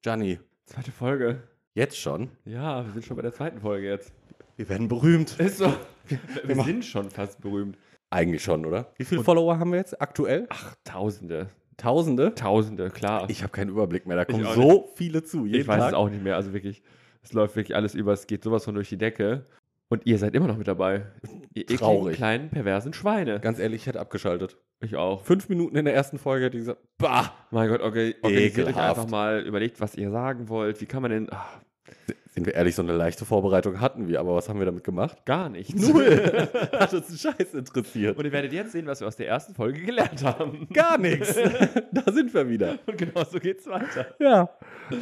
Gianni, zweite Folge. jetzt schon? Ja, wir sind schon bei der zweiten Folge jetzt. Wir werden berühmt. Ist so. Wir, wir sind schon fast berühmt. Eigentlich schon, oder? Wie viele Follower haben wir jetzt aktuell? Ach, Tausende. Tausende? Tausende, klar. Ich habe keinen Überblick mehr, da kommen auch so viele zu. Ich Jeden weiß Tag. es auch nicht mehr. Also wirklich, es läuft wirklich alles über. Es geht sowas von durch die Decke. Und ihr seid immer noch mit dabei. Ihr ekligen, Traurig. kleinen, perversen Schweine. Ganz ehrlich, ich hätte abgeschaltet. Ich auch. Fünf Minuten in der ersten Folge hätte ich gesagt, bah, Mein Gott, okay, organisiert euch Ekelhaft. einfach mal. Überlegt, was ihr sagen wollt. Wie kann man denn... ah, Ach, sind wir ehrlich, so eine leichte Vorbereitung hatten wir, aber was haben wir damit gemacht? gar nichts. Hat uns ein Scheiß interessiert. Und ihr werdet jetzt sehen, was wir aus der ersten Folge gelernt haben. Gar nichts. da sind wir wieder. Und genau so geht's weiter. Ja.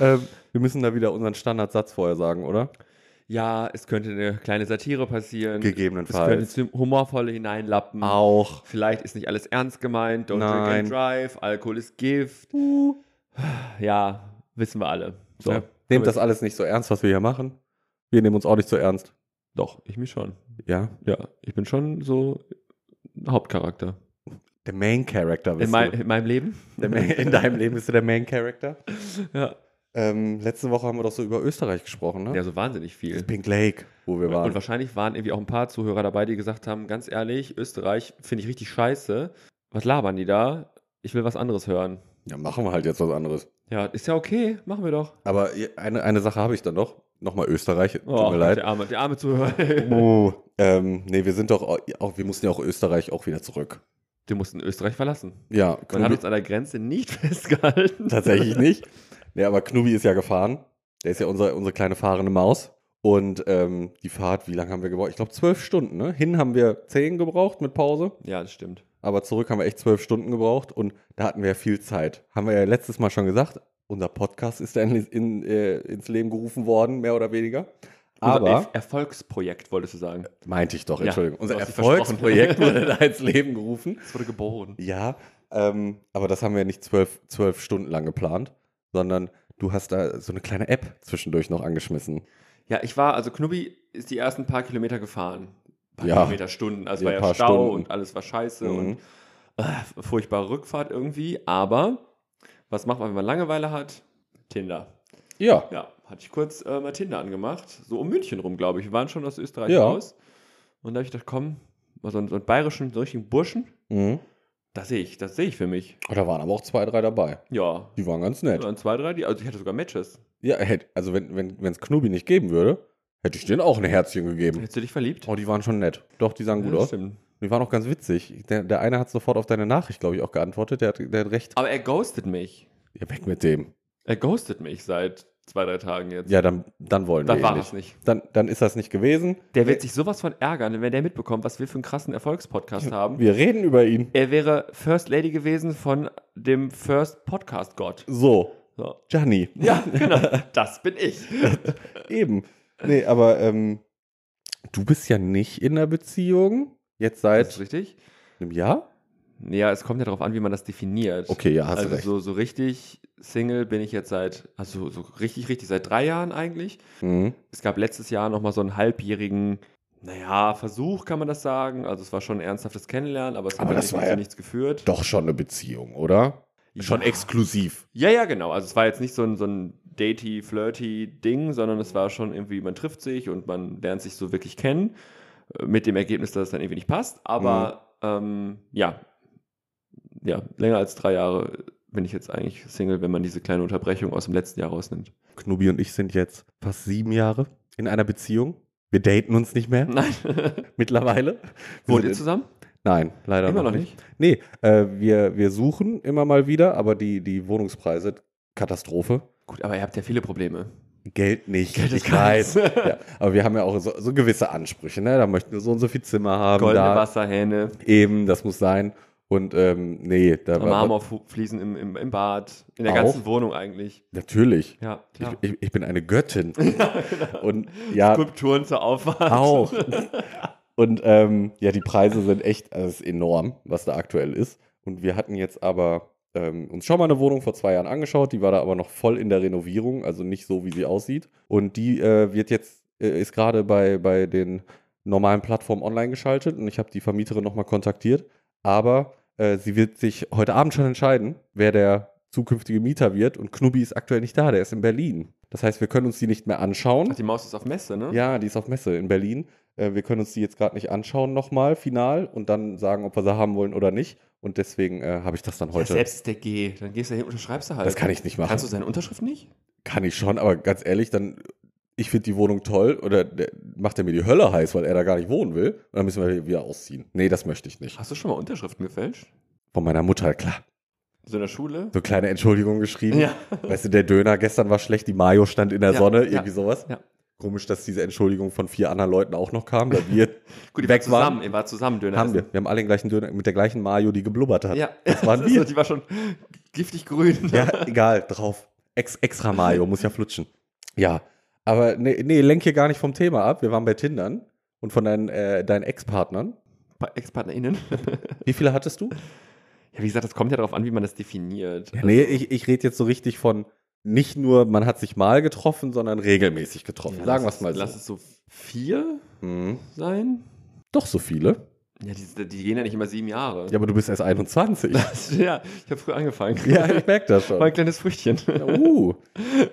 Ähm, wir müssen da wieder unseren Standardsatz vorher sagen, oder? Ja, es könnte eine kleine Satire passieren. Gegebenenfalls. Es könnte ins Humorvolle hineinlappen. Auch. Vielleicht ist nicht alles ernst gemeint. Don't drink Nein. and drive. Alkohol ist Gift. Uh. Ja, wissen wir alle. So. Ja. Nehmt das alles nicht so ernst, was wir hier machen. Wir nehmen uns auch nicht so ernst. Doch, ich mich schon. Ja. Ja, ich bin schon so ein Hauptcharakter. Der Main Character bist In, mein, du. in meinem Leben? Der Ma- in deinem Leben bist du der Main Character. Ja. Ähm, letzte Woche haben wir doch so über Österreich gesprochen, ne? ja, so wahnsinnig viel. Pink Lake, wo wir Und waren. wahrscheinlich waren irgendwie auch ein paar Zuhörer dabei, die gesagt haben, ganz ehrlich, Österreich finde ich richtig scheiße. Was labern die da? Ich will was anderes hören. Ja, machen wir halt jetzt was anderes. Ja, ist ja okay, machen wir doch. Aber eine, eine Sache habe ich dann noch. Nochmal Österreich, Oh, tut mir leid. Der arme, der arme Zuhörer. Oh, ähm, nee, wir sind doch au- auch, wir mussten ja auch Österreich auch wieder zurück. Die mussten Österreich verlassen. Ja, Man hat Knubi, uns an der Grenze nicht festgehalten. tatsächlich nicht. Nee, aber Knubi ist ja gefahren. Der ist ja unsere, unsere kleine fahrende Maus. Und ähm, die Fahrt, wie lange haben wir gebraucht? Ich glaube zwölf Stunden, ne? Hin haben wir zehn gebraucht mit Pause. Ja, das stimmt. Aber zurück haben wir echt zwölf Stunden gebraucht und da hatten wir ja viel Zeit. Haben wir ja letztes Mal schon gesagt, unser Podcast ist dann in, äh, ins Leben gerufen worden, mehr oder weniger. Unser Aber, Er- Erfolgsprojekt, wolltest du sagen. meinte ich doch, Ja, Entschuldigung, du unser hast dich versprochen. Erfolgsprojekt wurde da ins Leben gerufen. Es wurde geboren. Ja, ähm, aber das haben wir nicht zwölf, zwölf Stunden lang geplant, sondern du hast da so eine kleine App zwischendurch noch angeschmissen. Ja, ich war, also Knubbi ist die ersten paar Kilometer gefahren. Paar Ja. Kilometer, Stunden. Also Ja, war ja paar Stau Stunden. und alles war scheiße Mhm. und äh, furchtbare Rückfahrt irgendwie. Aber was macht man, wenn man Langeweile hat? Tinder. Ja, Ja, hatte ich kurz äh, mal Tinder angemacht. So um München rum, glaube ich. Wir waren schon aus Österreich Ja. raus. Und da habe ich gedacht, komm, mal so einen, so einen bayerischen, so einen richtigen Burschen. mhm. Das sehe ich, das sehe ich für mich. Und da waren aber auch zwei, drei dabei. Ja. Die waren ganz nett. Und dann zwei, drei, die, also ich hatte sogar Matches. Ja, hätt, also wenn es wenn, Knubi nicht geben würde, hätte ich denen auch ein Herzchen gegeben. Hättest du dich verliebt? Oh, die waren schon nett. Doch, die sahen Ja, gut das aus. stimmt. Die waren auch ganz witzig. Der, der eine hat sofort auf deine Nachricht, glaube ich, auch geantwortet. Der hat, der hat recht. Aber er ghostet mich. Ja, weg mit dem. Er ghostet mich seit zwei, drei Tagen jetzt. Ja, dann, dann wollen da wir war ihn es nicht. nicht. Dann, dann ist das nicht gewesen. Der wird sich sowas von ärgern, wenn der mitbekommt, was wir für einen krassen Erfolgspodcast haben. Wir reden über ihn. Er wäre First Lady gewesen von dem First Podcast Gott. So, So. Gianni. Ja, genau. Das bin ich. Eben. Nee, aber ähm, du bist ja nicht in einer Beziehung. Jetzt Das ist seit richtig. einem Jahr? Ja, es kommt ja darauf an, wie man das definiert. Okay, ja, hast also du recht. So, so richtig Single bin ich jetzt seit, also so richtig, richtig seit drei Jahren eigentlich. Mhm. Es gab letztes Jahr nochmal so einen halbjährigen, naja, Versuch kann man das sagen. Also es war schon ein ernsthaftes Kennenlernen, aber es Aber hat halt das nicht war zu ja nichts geführt. Doch schon eine Beziehung, oder? Ja. Schon exklusiv. Ja, ja, genau. Also es war jetzt nicht so ein, so ein datey, flirty Ding, sondern es war schon irgendwie, man trifft sich und man lernt sich so wirklich kennen. äh, Mit dem Ergebnis, dass es dann irgendwie nicht passt. Aber Mhm. ähm, ja. ja, länger als drei Jahre bin ich jetzt eigentlich Single, wenn man diese kleine Unterbrechung aus dem letzten Jahr rausnimmt. Knubi und ich sind jetzt fast sieben Jahre in einer Beziehung. Wir daten uns nicht mehr Nein. mittlerweile. Wir Hm. Wohnt sind ihr in- zusammen? Nein, leider Immer noch nicht. Nee, äh, wir, wir suchen immer mal wieder, aber die, die Wohnungspreise, Katastrophe. Gut, aber ihr habt ja viele Probleme. Geld nicht. Geld ich ist keins. weiß. ja, aber wir haben ja auch so, so gewisse Ansprüche. Ne? Da möchten wir so und so viel Zimmer haben. Goldene da. Wasserhähne. Eben, das muss sein. Und ähm, nee, da war. Marmorfliesen im, im, im Bad, in der Auch? ganzen Wohnung eigentlich. Natürlich. Ja, Ich, klar. genau. ich, ich bin eine Göttin. Und ja, Skulpturen zur Auffahrt. Auch. Und ähm, ja, die Preise sind echt, also es ist enorm, was da aktuell ist. Und wir hatten jetzt aber ähm, uns schon mal eine Wohnung vor zwei Jahren angeschaut, die war da aber noch voll in der Renovierung, also nicht so, wie sie aussieht. Und die äh, wird jetzt, äh, ist gerade bei, bei den normalen Plattformen online geschaltet und ich habe die Vermieterin nochmal kontaktiert. Aber äh, sie wird sich heute Abend schon entscheiden, wer der zukünftige Mieter wird. Und Knubi ist aktuell nicht da, der ist in Berlin. Das heißt, wir können uns die nicht mehr anschauen. Ach, die Maus ist auf Messe, ne? Ja, die ist auf Messe in Berlin. Äh, wir können uns die jetzt gerade nicht anschauen nochmal final und dann sagen, ob wir sie haben wollen oder nicht. Und deswegen äh, habe ich das dann Ja, heute. selbst ist der G. Dann gehst du da hin und unterschreibst du halt. das kann ich nicht machen. Kannst du seine Unterschrift nicht? kann ich schon, aber ganz ehrlich, dann ich finde die Wohnung toll oder der, macht er mir die Hölle heiß, weil er da gar nicht wohnen will. Und dann müssen wir wieder ausziehen. Nee, das möchte ich nicht. Hast du schon mal Unterschriften gefälscht? Von meiner Mutter, klar. So in der Schule? So kleine Entschuldigung geschrieben. Ja. Weißt du, der Döner gestern war schlecht, die Mayo stand in der Ja, Sonne, ja, irgendwie sowas. ja. Komisch, dass diese Entschuldigung von vier anderen Leuten auch noch kam, da wir Gut, ihr Weg wart zusammen. Ihr wart zusammen, Döner. haben wir. essen. Wir haben alle den gleichen Döner mit der gleichen Mayo, die geblubbert hat. Ja. Das waren ist wir. so, Die war schon giftig grün. Ja, egal, drauf. Ex, extra Mayo, muss ja flutschen. Ja, aber nee, nee, lenk hier gar nicht vom Thema ab. Wir waren bei Tindern und von deinen, äh, deinen Ex-Partnern. Pa- Ex-PartnerInnen. Wie viele hattest du? Ja, wie gesagt, das kommt ja darauf an, wie man das definiert. nee, ich, ich rede jetzt so richtig von nicht nur, man hat sich mal getroffen, sondern regelmäßig getroffen. Ja, Sagen wir lass es mal es- Lass so. es so vier Hm. sein. Doch so viele. Ja, die, die gehen ja nicht immer sieben Jahre. Ja, aber du bist erst 21. Das, ja ich habe früh angefangen. ja, ich merke das War ein schon. kleines Früchtchen. Uh,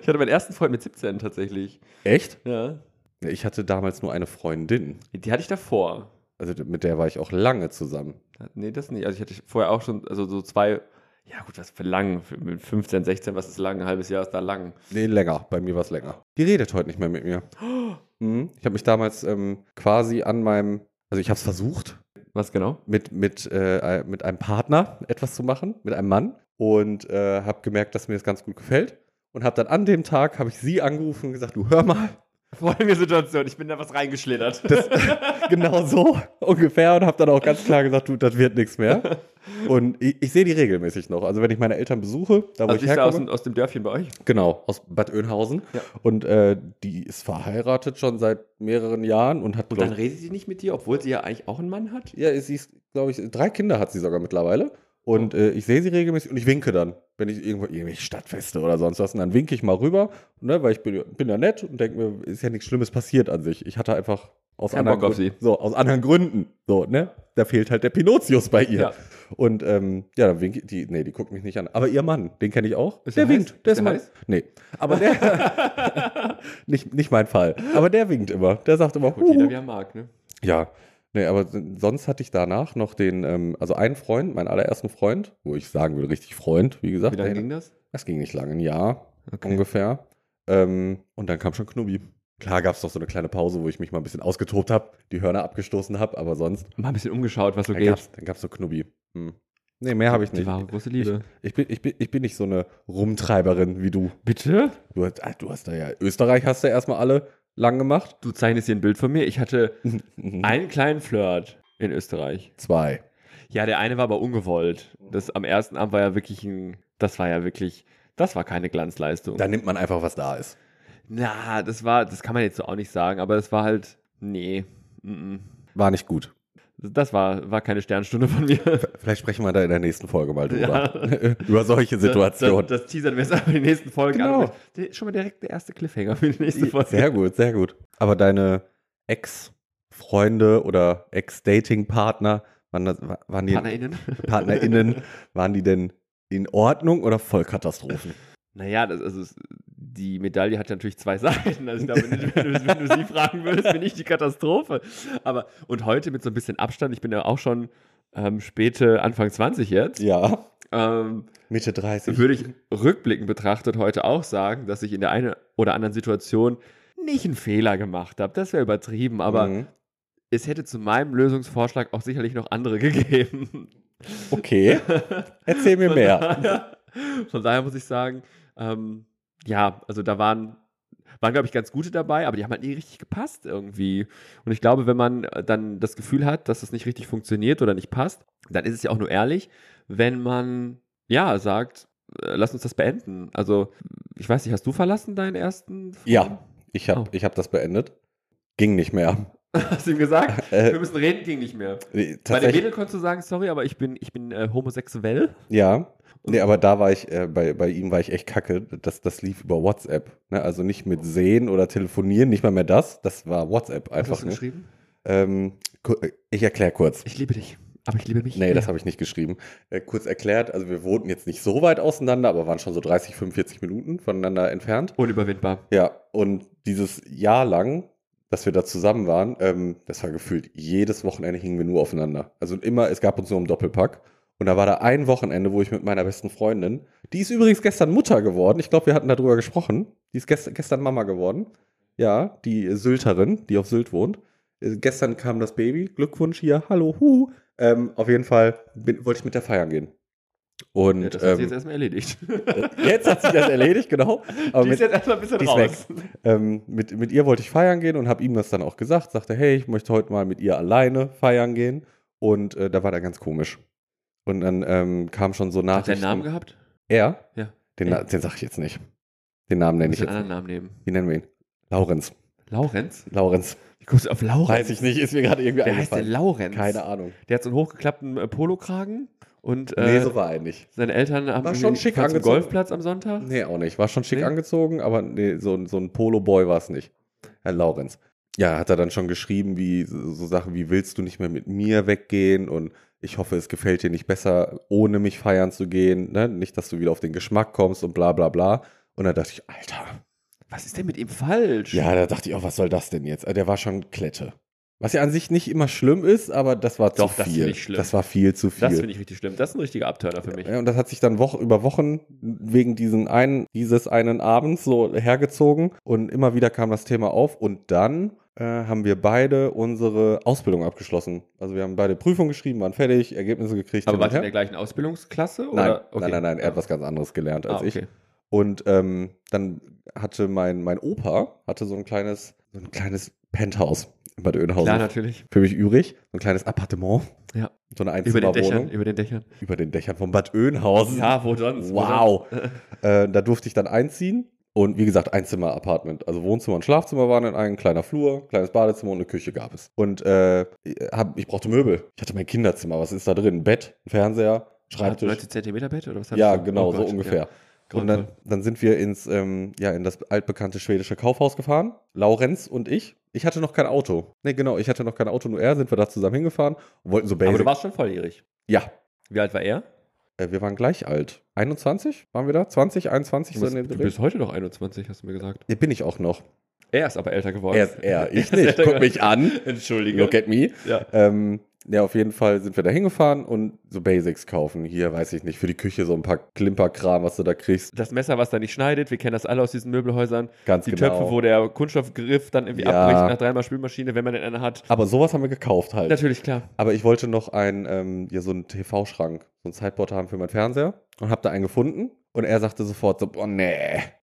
Ich hatte meinen ersten Freund mit 17 tatsächlich. echt? Ja. Ich hatte damals nur eine Freundin. Die hatte ich davor. Also mit der war ich auch lange zusammen. Nee, das nicht. Also ich hatte vorher auch schon, also so zwei, ja gut, was für lang, für mit 15, 16, was ist lang, ein halbes Jahr ist da lang. Nee, länger. Bei mir war es länger. Die redet heute nicht mehr mit mir. Mhm. Ich habe mich damals ähm, quasi an meinem, also ich habe es versucht, Was genau? mit, mit, äh, mit einem Partner etwas zu machen, mit einem Mann und äh, habe gemerkt, dass mir das ganz gut gefällt und habe dann an dem Tag, habe ich sie angerufen und gesagt, du hör mal, Folgende Situation, ich bin da was reingeschlittert. Also das, genau so ungefähr und habe dann auch ganz klar gesagt, du, das wird nichts mehr. Und ich, ich sehe die regelmäßig noch. Also wenn ich meine Eltern besuche, da wo also ich ich da herkomme. aus, dem- aus dem Dörfchen bei euch? Genau, aus Bad Oeynhausen. Ja. Und äh, die ist verheiratet schon seit mehreren Jahren und hat, Und glaub dann redet sie nicht mit dir, obwohl sie ja eigentlich auch einen Mann hat? ich, ja, sie ist, glaube ich, drei Kinder hat sie sogar mittlerweile. Und äh, ich sehe sie regelmäßig und ich winke dann, wenn ich irgendwo irgendwelche Stadtfeste oder sonst was. Und dann winke ich mal rüber, ne, weil ich bin, bin ja nett und denke mir, ist ja nichts Schlimmes passiert an sich. Ich hatte einfach aus, Keinen anderen, Bock auf Gründen, so, aus anderen Gründen. So, ne? Da fehlt halt der Pinotius bei ihr. Ja. Und ähm, ja, dann winkt die, nee, die guckt mich nicht an. Aber ihr Mann, den kenne ich auch. Ist der der winkt, heiß? der Ist ist der mein. heiß? Nee, aber der. nicht, nicht mein Fall. Aber der winkt immer. Der sagt immer, Gut, jeder "Huhu." wie er mag, ne? Ja, nee, aber s- sonst hatte ich danach noch den, ähm, also einen Freund, meinen allerersten Freund, wo ich sagen würde, richtig Freund, wie gesagt. Wie lange der- ging das? das ging nicht lange, ein Jahr Okay. ungefähr. Ähm, und dann kam schon Knubi. Klar gab es noch so eine kleine Pause, wo ich mich mal ein bisschen ausgetobt habe, die Hörner abgestoßen habe, aber sonst. Mal ein bisschen umgeschaut, was so Dann geht. gab's, dann gab's so Knubi. Hm. Nee, mehr habe ich Die nicht. wahre große Liebe. Ich bin, ich, bin, ich bin nicht so eine Rumtreiberin wie du. Bitte? Du hast, ah, du hast da ja, Österreich hast du ja erstmal alle lang gemacht. Du zeichnest hier ein Bild von mir. Ich hatte Mhm. einen kleinen Flirt in Österreich. Zwei. Ja, der eine war aber ungewollt. Das am ersten Abend war ja wirklich ein, das war ja wirklich, das war keine Glanzleistung. Da nimmt man einfach, was da ist. Na, das war, das kann man jetzt so auch nicht sagen, aber es war halt, nee, mm, mm. War nicht gut. das war, war keine Sternstunde von mir. Vielleicht sprechen wir da in der nächsten Folge mal drüber. Ja. Über solche Situationen. Das, das, das teasern wir jetzt einfach in den nächsten Folgen Genau. an. Der- Schon mal direkt der erste Cliffhanger für die nächste Folge. Sehr gut, sehr gut. Aber deine Ex-Freunde oder Ex-Dating-Partner, waren, das, wa- waren die PartnerInnen. PartnerInnen, waren die denn in Ordnung oder Vollkatastrophen? Naja, das, also es- die Medaille hat ja natürlich zwei Seiten. Also ich glaube, nicht, wenn, du, wenn du sie fragen würdest, bin ich die Katastrophe. Aber und heute mit so ein bisschen Abstand, ich bin ja auch schon ähm, späte Anfang 20 jetzt, Ja. ähm, Mitte 30. würde ich rückblickend betrachtet heute auch sagen, dass ich in der einen oder anderen Situation nicht einen Fehler gemacht habe. Das wäre übertrieben, aber Mhm. es hätte zu meinem Lösungsvorschlag auch sicherlich noch andere gegeben. Okay. Erzähl mir Von mehr. Daher, von daher muss ich sagen, ähm, ja, also da waren, Waren, glaube ich, ganz gute dabei, aber die haben halt nie richtig gepasst irgendwie. Und ich glaube, wenn man äh, dann das Gefühl hat, dass das nicht richtig funktioniert oder nicht passt, dann ist es ja auch nur ehrlich, wenn man ja sagt, äh, lass uns das beenden. Also, ich weiß nicht, hast du verlassen deinen ersten? Freund? Ja, ich habe Oh. ich hab das beendet. Ging nicht mehr. Hast du ihm gesagt? Äh, Wir müssen reden, ging nicht mehr. Nee, Bei der Tatsächlich, Mädel konntest du sagen, sorry, aber ich bin, ich bin äh, homosexuell. ja. Nee, aber da war ich, äh, bei, bei ihm war ich echt kacke. Das, das lief über WhatsApp. Ne? Also nicht mit Sehen oder Telefonieren, nicht mal mehr das. Das war WhatsApp Was einfach. hast du Ne? geschrieben? Ähm, ku- äh, ich erkläre kurz. Ich liebe dich, aber ich liebe mich. Nee, das mehr. habe ich nicht geschrieben. Äh, kurz erklärt, also wir wohnten jetzt nicht so weit auseinander, aber waren schon so 30, 45 Minuten voneinander entfernt. Unüberwindbar. Ja, und dieses Jahr lang, dass wir da zusammen waren, ähm, das war gefühlt, jedes Wochenende hingen wir nur aufeinander. Also immer, es gab uns nur im Doppelpack. Und da war da ein Wochenende, wo ich mit meiner besten Freundin, die ist übrigens gestern Mutter geworden, ich glaube, wir hatten darüber gesprochen, die ist gest gestern Mama geworden. Ja, die Sylterin, die auf Sylt wohnt. Äh, gestern kam das Baby, Glückwunsch hier, hallo, hu. Ähm, auf jeden Fall bin, wollte ich mit der feiern gehen. Und Ja, das hat ähm, sie jetzt erstmal erledigt. jetzt hat sich das erledigt, genau. Aber die ist mit- jetzt erstmal ein bisschen die ist raus. ähm, mit, mit ihr wollte ich feiern gehen und habe ihm das dann auch gesagt. Sagte, hey, ich möchte heute mal mit ihr alleine feiern gehen. Und äh, da war er ganz komisch. Und dann ähm, kam schon so Hat der Nachrichten. einen Namen gehabt? Er? Ja. Den, Na- den sag ich jetzt nicht. Den Namen Muss nenne ich ich einen jetzt. anderen nicht. Namen nehmen. Wie nennen wir ihn? Laurenz. Laurenz? Laurenz. Wie kommst du auf Laurenz? Weiß ich nicht, ist mir gerade irgendwie Wer heißt denn eingefallen. Laurenz? Keine Ahnung. Der hat so einen hochgeklappten äh, Polokragen und nee, äh, so war er nicht. seine Eltern haben War schon ihn- schick fahren zum angezogen. Golfplatz am Sonntag. Nee, auch nicht. War schon schick Nee? angezogen, aber nee, so, ein- so ein Polo-Boy war es nicht. Herr Laurenz. Ja, hat er dann schon geschrieben, wie so so Sachen wie willst du nicht mehr mit mir weggehen und ich hoffe, es gefällt dir nicht besser, ohne mich feiern zu gehen, ne? Nicht, dass du wieder auf den Geschmack kommst und bla bla bla. Und da dachte ich, Alter. Was ist denn mit ihm falsch? Ja, da dachte ich auch, was soll das denn jetzt? Also, Der war schon Klette. Was ja an sich nicht immer schlimm ist, aber das war Doch, zu das viel. finde ich schlimm. Das war viel zu viel. Das finde ich richtig schlimm. Das ist ein richtiger Abturner für mich. Ja, und das hat sich dann Woche, über Wochen wegen diesen einen, dieses einen Abends so hergezogen und immer wieder kam das Thema auf und dann äh, haben wir beide unsere Ausbildung abgeschlossen. Also wir haben beide Prüfungen geschrieben, waren fertig, Ergebnisse gekriegt. Aber hin und wart ihr in der her. gleichen Ausbildungsklasse? nein, oder? nein, nein, nein, er hat was ganz anderes gelernt als ah, ich. okay. Und ähm, dann hatte mein, mein Opa hatte so ein kleines, so ein kleines Penthouse in Bad Klar, Oeynhausen natürlich. für mich übrig, so ein kleines Appartement. Ja. So eine Über den Dächern. Einzimmerwohnung. Über den Dächern. Über den Dächern von Bad Oeynhausen. wo sonst? genau. Wow. äh, da durfte ich dann einziehen. Und wie gesagt, Einzimmer-Apartment. Also Wohnzimmer und Schlafzimmer waren in einem, kleiner Flur, kleines Badezimmer und eine Küche gab es. Und äh, hab, ich brauchte Möbel. Ich hatte mein Kinderzimmer. Was ist da drin? Ein Bett, ein Fernseher, Schreibtisch. 90 Zentimeter Bett oder was hattest Ja, du? genau, Oh so Gott, ungefähr. ja. Und dann, dann sind wir ins, ähm, ja, in das altbekannte schwedische Kaufhaus gefahren. Laurenz und ich. Ich hatte noch kein Auto. Ne, genau, ich hatte noch kein Auto, nur er. Sind wir da zusammen hingefahren und wollten so basic. Aber du warst schon volljährig. ja, Wie alt war er? äh, wir waren gleich alt. 21 waren wir da? 20, 21? Du, So in bist, den du Dreh? bist heute noch 21, hast du mir gesagt. Ja, bin ich auch noch. Er ist aber älter geworden. Er ist er, ich nicht. Guck mich an. Entschuldige. Look at me. Ja. Ähm, ja, auf jeden Fall sind wir da hingefahren und so Basics kaufen. Hier, weiß ich nicht, für die Küche so ein paar Klimperkram, was du da kriegst. Das Messer, was da nicht schneidet, wir kennen das alle aus diesen Möbelhäusern. Ganz Die genau. Töpfe, wo der Kunststoffgriff dann irgendwie Ja. abbricht nach dreimal Spülmaschine, wenn man denn eine hat. Aber sowas haben wir gekauft halt. Natürlich, klar. Aber ich wollte noch einen, ähm, ja, so einen TV-Schrank, so ein Sideboard haben für meinen Fernseher und hab da einen gefunden. Und er sagte sofort so, oh nee,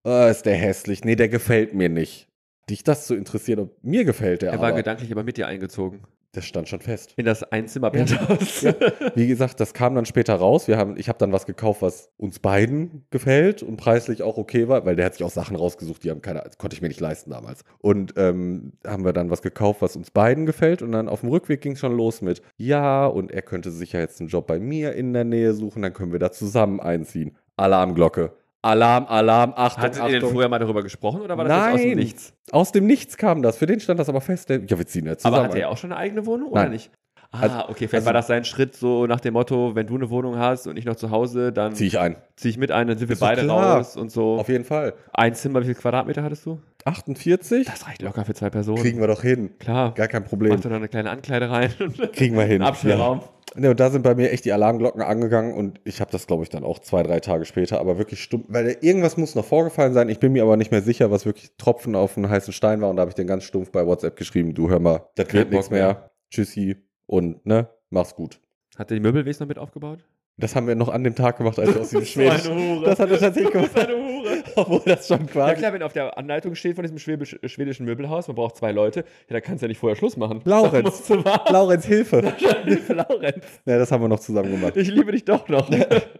oh, ist der hässlich, nee, der gefällt mir nicht. Dich das zu interessieren, ob mir gefällt der Er war aber. gedanklich aber mit dir eingezogen. das stand schon fest. In das Einzimmer-Penthouse. Ja. Wie gesagt, das kam dann später raus. Wir haben, ich habe dann was gekauft, was uns beiden gefällt und preislich auch okay war, weil der hat sich auch Sachen rausgesucht, die haben keine, konnte ich mir nicht leisten damals. Und ähm, haben wir dann was gekauft, was uns beiden gefällt und dann auf dem Rückweg ging es schon los mit, ja, und er könnte sich ja jetzt einen Job bei mir in der Nähe suchen, dann können wir da zusammen einziehen. Alarmglocke. Alarm, Alarm, Achtung, Hattet ihr denn Achtung. vorher mal darüber gesprochen oder war das jetzt aus dem Nein. Nichts? Aus dem Nichts kam das. Für den stand das aber fest. der- Ja, wir ziehen jetzt zusammen. Aber hatte er auch schon eine eigene Wohnung oder Nein. nicht? Ah, Also- okay. Vielleicht also- war das sein Schritt so nach dem Motto, wenn du eine Wohnung hast und ich noch zu Hause, dann Zieh ziehe ich ein. zieh ich mit ein, dann sind wir Ist doch beide klar. raus und so. Auf jeden Fall. Ein Zimmer, wie viel Quadratmeter hattest du? 48? Das reicht locker für zwei Personen. kriegen wir doch hin. Klar. Gar kein Problem. Mach da noch eine kleine Ankleide rein. Kriegen wir hin. Einen Abstellraum. Ja. Ne, und da sind bei mir echt die Alarmglocken angegangen und ich habe das, glaube ich, dann auch zwei, drei Tage später, aber wirklich stumm, weil da irgendwas muss noch vorgefallen sein. Ich bin mir aber nicht mehr sicher, was wirklich Tropfen auf einen heißen Stein war und da habe ich den ganz stumpf bei WhatsApp geschrieben, du hör mal, das Kein wird Bock nichts mehr. mehr. Tschüssi und ne, mach's gut. Hat der die Möbelwesen noch mit aufgebaut? Das haben wir noch an dem Tag gemacht, als wir aus diesem Schwedisch. Hure. Das hat er tatsächlich gemacht. eine Hure. Obwohl das schon Ja quasi. klar, wenn auf der Anleitung steht von diesem schwäbisch, schwedischen Möbelhaus, man braucht zwei Leute, ja, da kannst du ja nicht vorher Schluss machen. Laurenz. Da musst du warten. Laurenz, Hilfe! Hilfe, Laurenz. Ja, das haben wir noch zusammen gemacht. Ich liebe dich doch noch.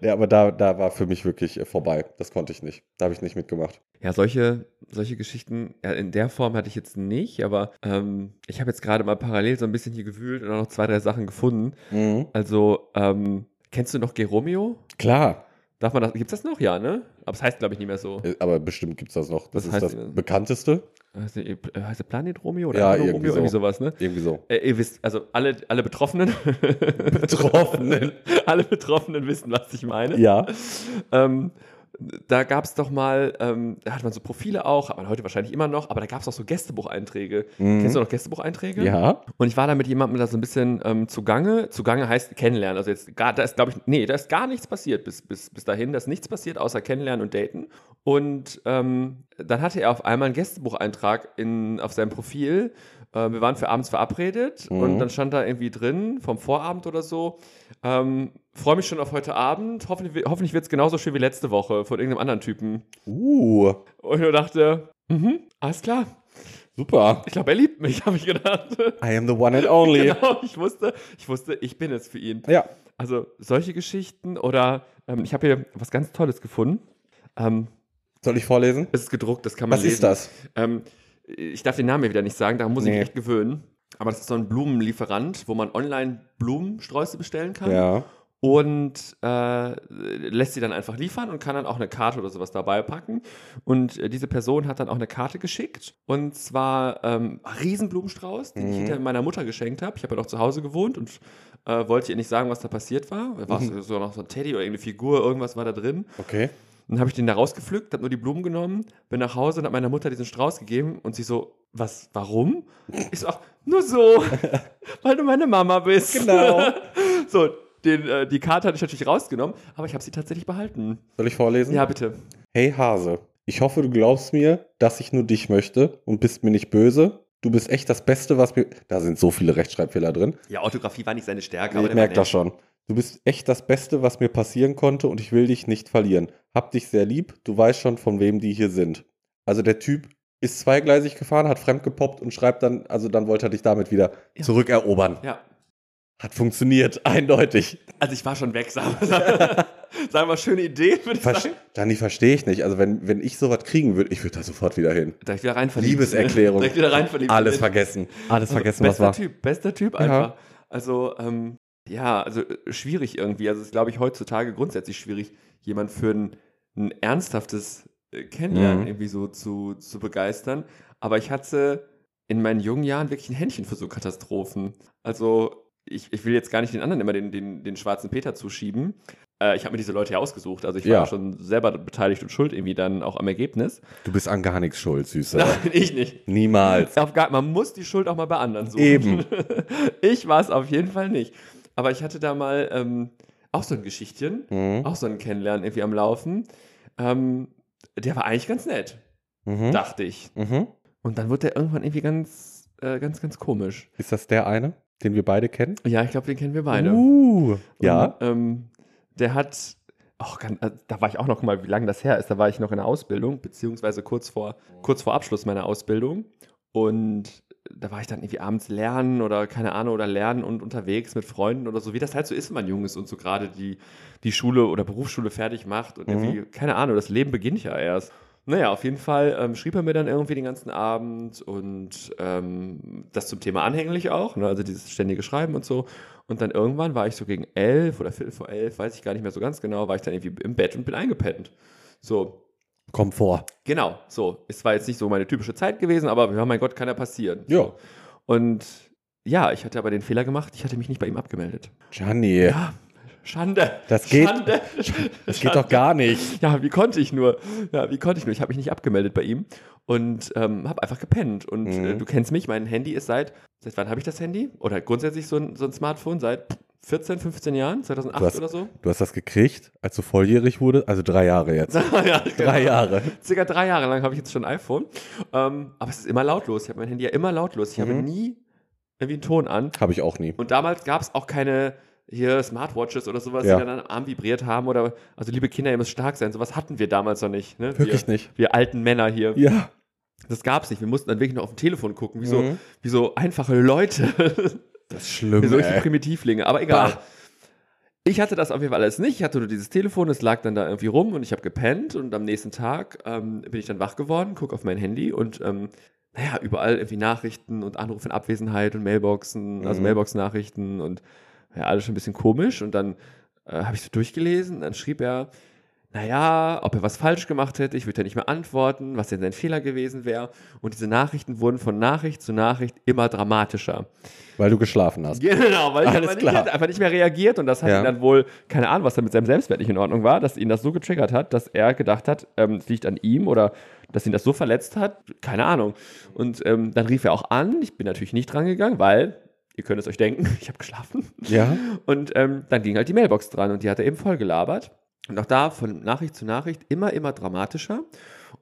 Ja, aber da, da war für mich wirklich äh, vorbei. Das konnte ich nicht. Da habe ich nicht mitgemacht. Ja, solche, solche Geschichten ja, in der Form hatte ich jetzt nicht, aber ähm, ich habe jetzt gerade mal parallel so ein bisschen hier gewühlt und auch noch zwei, drei Sachen gefunden. Also, ähm, kennst du noch Geromeo? Klar, Darf man das, gibt's das noch? Ja, ne? Aber es heißt, glaube ich, nicht mehr so. Äh, aber bestimmt gibt es das noch. Das Was ist heißt das denn? bekannteste. Heißt, äh, heißt der Planet Romeo oder Ja, Anno irgendwie so. Irgendwie sowas, ne? Irgendwie so. Äh, ihr wisst, also alle, alle Betroffenen. Betroffenen. alle Betroffenen wissen, was ich meine. Ja. Ähm, da gab es doch mal, ähm, da hat man so Profile auch, hat man heute wahrscheinlich immer noch, aber da gab es auch so Gästebucheinträge. Kennst du noch Gästebucheinträge? Mhm. Ja. Und ich war da mit jemandem da so ein bisschen ähm, zugange. Zugange heißt kennenlernen. Also jetzt, gar, da ist, glaube ich, nee, da ist gar nichts passiert bis, bis, bis dahin. Da ist nichts passiert, außer kennenlernen und daten. Und ähm, dann hatte er auf einmal einen Gästebucheintrag in, auf seinem Profil. Äh, wir waren für abends verabredet Mhm. und dann stand da irgendwie drin, vom Vorabend oder so, ähm, freue mich schon auf heute Abend. Hoffentlich, hoffentlich wird es genauso schön wie letzte Woche von irgendeinem anderen Typen. Uh, Und ich nur dachte, mhm, alles klar. super. Ich glaube, er liebt mich, habe ich gedacht. I am the one and only. Genau, ich wusste, ich wusste, ich bin es für ihn. Ja. Also solche Geschichten oder ähm, ich habe hier was ganz Tolles gefunden. Ähm, Soll ich vorlesen? es ist gedruckt, das kann man Was lesen. ist das? Ähm, ich darf den Namen hier wieder nicht sagen, daran muss ich Nee. mich echt gewöhnen. Aber das ist so ein Blumenlieferant, wo man online Blumensträuße bestellen kann Ja. und äh, lässt sie dann einfach liefern und kann dann auch eine Karte oder sowas dabei packen. Und äh, diese Person hat dann auch eine Karte geschickt und zwar ähm, Riesenblumenstrauß, den ich Mhm. hinterher meiner Mutter geschenkt habe. Ich habe ja noch zu Hause gewohnt und äh, wollte ihr nicht sagen, was da passiert war. Da War Mhm. sogar noch so ein Teddy oder irgendeine Figur, irgendwas war da drin. Okay. Dann habe ich den da rausgepflückt, habe nur die Blumen genommen, bin nach Hause und habe meiner Mutter diesen Strauß gegeben und sie so, was, warum? Ich so, ach, nur so, weil du meine Mama bist. Genau. so, den, äh, die Karte hatte ich natürlich rausgenommen, aber ich habe sie tatsächlich behalten. Soll ich vorlesen? Ja, bitte. Hey Hase, ich hoffe, du glaubst mir, dass ich nur dich möchte und bist mir nicht böse. Du bist echt das Beste, was mir. Da sind so viele Rechtschreibfehler drin. Ja, Orthografie war nicht seine Stärke, ich merke das schon. Du bist echt das Beste, was mir passieren konnte und ich will dich nicht verlieren. Hab dich sehr lieb, du weißt schon, von wem die hier sind. Also der Typ ist zweigleisig gefahren, hat fremd gepoppt und schreibt dann, also dann wollte er dich damit wieder Ja. zurückerobern. Ja, Hat funktioniert, eindeutig. also ich war schon weg, sagen wir sagen wir mal, schöne Idee, würde ich Verste sagen. Dani, verstehe ich nicht. Also wenn, wenn ich sowas kriegen würde, ich würde da sofort wieder hin. Direkt wieder rein verliebt. Liebeserklärung. Direkt wieder rein verliebt. Also Alles vergessen. Alles vergessen, was bester war. Typ, bester Typ einfach. Also, ähm, ja, also äh, schwierig irgendwie. Also, es ist, glaube ich, heutzutage grundsätzlich schwierig, jemand für ein, ein ernsthaftes äh, Kennenlernen Mhm. irgendwie so zu, zu begeistern. Aber ich hatte in meinen jungen Jahren wirklich ein Händchen für so Katastrophen. Also, ich, ich will jetzt gar nicht den anderen immer den, den, den schwarzen Peter zuschieben. Äh, ich habe mir diese Leute ja ausgesucht. Also, ich war Ja. ja schon selber beteiligt und schuld irgendwie dann auch am Ergebnis. Du bist an gar nichts schuld, Süße. Nein, ich nicht. Niemals. Auf gar, man muss die Schuld auch mal bei anderen suchen. Eben. Ich war es auf jeden Fall nicht. Aber ich hatte da mal ähm, auch so ein Geschichtchen, Mhm. auch so ein Kennenlernen irgendwie am Laufen. Ähm, der war eigentlich ganz nett, Mhm. dachte ich. Mhm. Und dann wurde der irgendwann irgendwie ganz, äh, ganz, ganz komisch. Ist das der eine, den wir beide kennen? Ja, ich glaube, den kennen wir beide. Uh. Ja. Und, ähm, der hat, auch ganz, äh, da war ich auch noch mal, wie lange das her ist, da war ich noch in der Ausbildung, beziehungsweise kurz vor, kurz vor Abschluss meiner Ausbildung. Und da war ich dann irgendwie abends lernen oder keine Ahnung oder lernen und unterwegs mit Freunden oder so, wie das halt so ist, wenn man jung ist und so gerade die, die Schule oder Berufsschule fertig macht und Mhm. irgendwie, keine Ahnung, das Leben beginnt ja erst. Naja, auf jeden Fall ähm, schrieb er mir dann irgendwie den ganzen Abend und ähm, das zum Thema anhänglich auch, ne? also dieses ständige Schreiben und so. Und dann irgendwann war ich so gegen elf oder viertel vor elf, weiß ich gar nicht mehr so ganz genau, war ich dann irgendwie im Bett und bin eingepennt. So, Komfort. genau, so. Es war jetzt nicht so meine typische Zeit gewesen, aber ja, mein Gott, kann ja passieren. Ja. Und ja, ich hatte aber den Fehler gemacht, ich hatte mich nicht bei ihm abgemeldet. Gianni. Ja, Schande. Das geht- Schande. Das geht doch gar nicht. Ja, wie konnte ich nur? Ja, wie konnte ich nur? Ich habe mich nicht abgemeldet bei ihm und ähm, habe einfach gepennt. Und Mhm. äh, du kennst mich, mein Handy ist seit, seit wann habe ich das Handy? Oder grundsätzlich so ein, so ein Smartphone seit 14, 15 Jahren, 2008 Du hast- oder so? Du hast das gekriegt, als du volljährig wurde, also drei Jahre jetzt. ja, genau. Drei Jahre. Circa drei Jahre lang habe ich jetzt schon ein iPhone. Ähm, aber es ist immer lautlos. Ich habe mein Handy ja immer lautlos. Ich habe Mhm. nie irgendwie einen Ton an. Habe ich auch nie. Und damals gab es auch keine, hier Smartwatches oder sowas, Ja. die dann am Arm vibriert haben oder, also liebe Kinder, ihr müsst stark sein, sowas hatten wir damals noch nicht. Ne? Wirklich wir, nicht. wir alten Männer hier. Ja. Das gab's nicht. Wir mussten dann wirklich nur auf dem Telefon gucken, wie, so, Mhm. wie so einfache Leute. Das ist schlimm. Wie solche ey. Primitivlinge, aber egal. Äh. Bah. Ich hatte das auf jeden Fall alles nicht. Ich hatte nur dieses Telefon, es lag dann da irgendwie rum und ich habe gepennt und am nächsten Tag ähm, bin ich dann wach geworden, gucke auf mein Handy und ähm, naja, überall irgendwie Nachrichten und Anrufe in Abwesenheit und Mailboxen, also Mhm. Mailbox-Nachrichten und ja, alles schon ein bisschen komisch und dann äh, habe ich so durchgelesen, dann schrieb er, naja, ob er was falsch gemacht hätte, ich würde ja nicht mehr antworten, was denn sein Fehler gewesen wäre und diese Nachrichten wurden von Nachricht zu Nachricht immer dramatischer. Weil du geschlafen hast. Genau, weil ich Alles aber nicht, klar. hat einfach nicht mehr reagiert und das hat Ja. ihn dann wohl, keine Ahnung, was da mit seinem Selbstwert nicht in Ordnung war, dass ihn das so getriggert hat, dass er gedacht hat, ähm, es liegt an ihm oder dass ihn das so verletzt hat, keine Ahnung. Und ähm, dann rief er auch an, ich bin natürlich nicht rangegangen, weil, ihr könnt es euch denken, ich habe geschlafen. Ja. Und ähm, dann ging halt die Mailbox dran und die hat er eben voll gelabert. Und auch da von Nachricht zu Nachricht immer, immer dramatischer.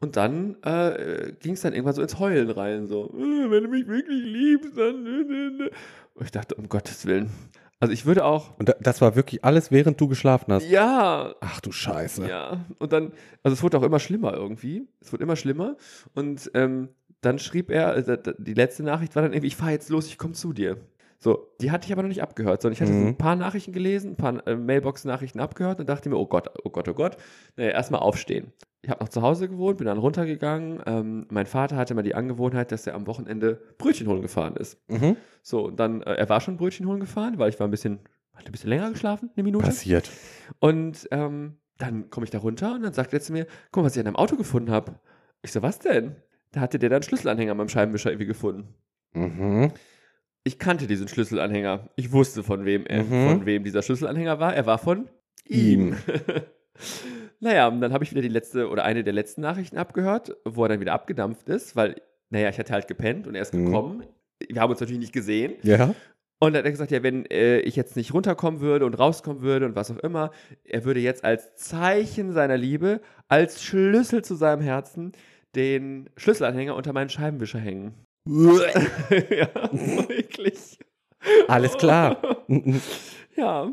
Und dann äh, ging es dann irgendwann so ins Heulen rein. So, "Äh, wenn du mich wirklich liebst, dann. äh, äh, äh." Und ich dachte, um Gottes Willen. Also ich würde auch. Und da- das war wirklich alles, während du geschlafen hast. Ja, Ach du Scheiße. ja. Und dann, also es wurde auch immer schlimmer irgendwie. Es wurde immer schlimmer. Und ähm, dann schrieb er, äh, d- d- die letzte Nachricht war dann irgendwie, ich fahre jetzt los, ich komme zu dir. So, die hatte ich aber noch nicht abgehört, sondern ich hatte so ein Mhm. paar Nachrichten gelesen, ein paar äh, Mailbox-Nachrichten abgehört und dachte mir, oh Gott, oh Gott, oh Gott, naja, erstmal aufstehen. Ich habe noch zu Hause gewohnt, bin dann runtergegangen. Ähm, mein Vater hatte mal die Angewohnheit, dass er am Wochenende Brötchen holen gefahren ist. Mhm. So, und dann, äh, er war schon Brötchen holen gefahren, weil ich war ein bisschen, hatte ein bisschen länger geschlafen, eine Minute. Passiert. Und ähm, dann komme ich da runter und dann sagt er zu mir, guck mal, was ich an deinem Auto gefunden habe. Ich so, was denn? Da hatte der dann einen Schlüsselanhänger an meinem Scheibenwischer irgendwie gefunden. Mhm. Ich kannte diesen Schlüsselanhänger. Ich wusste, von wem, er, Mhm. von wem dieser Schlüsselanhänger war. Er war von ihm. Ihm. naja, und dann habe ich wieder die letzte oder eine der letzten Nachrichten abgehört, wo er dann wieder abgedampft ist, weil, naja, ich hatte halt gepennt und er ist Mhm. gekommen. Wir haben uns natürlich nicht gesehen. Ja. Und dann hat er gesagt, ja, wenn äh, ich jetzt nicht runterkommen würde und rauskommen würde und was auch immer, er würde jetzt als Zeichen seiner Liebe, als Schlüssel zu seinem Herzen, den Schlüsselanhänger unter meinen Scheibenwischer hängen. ja, wirklich. Alles klar. Mhm. Ja.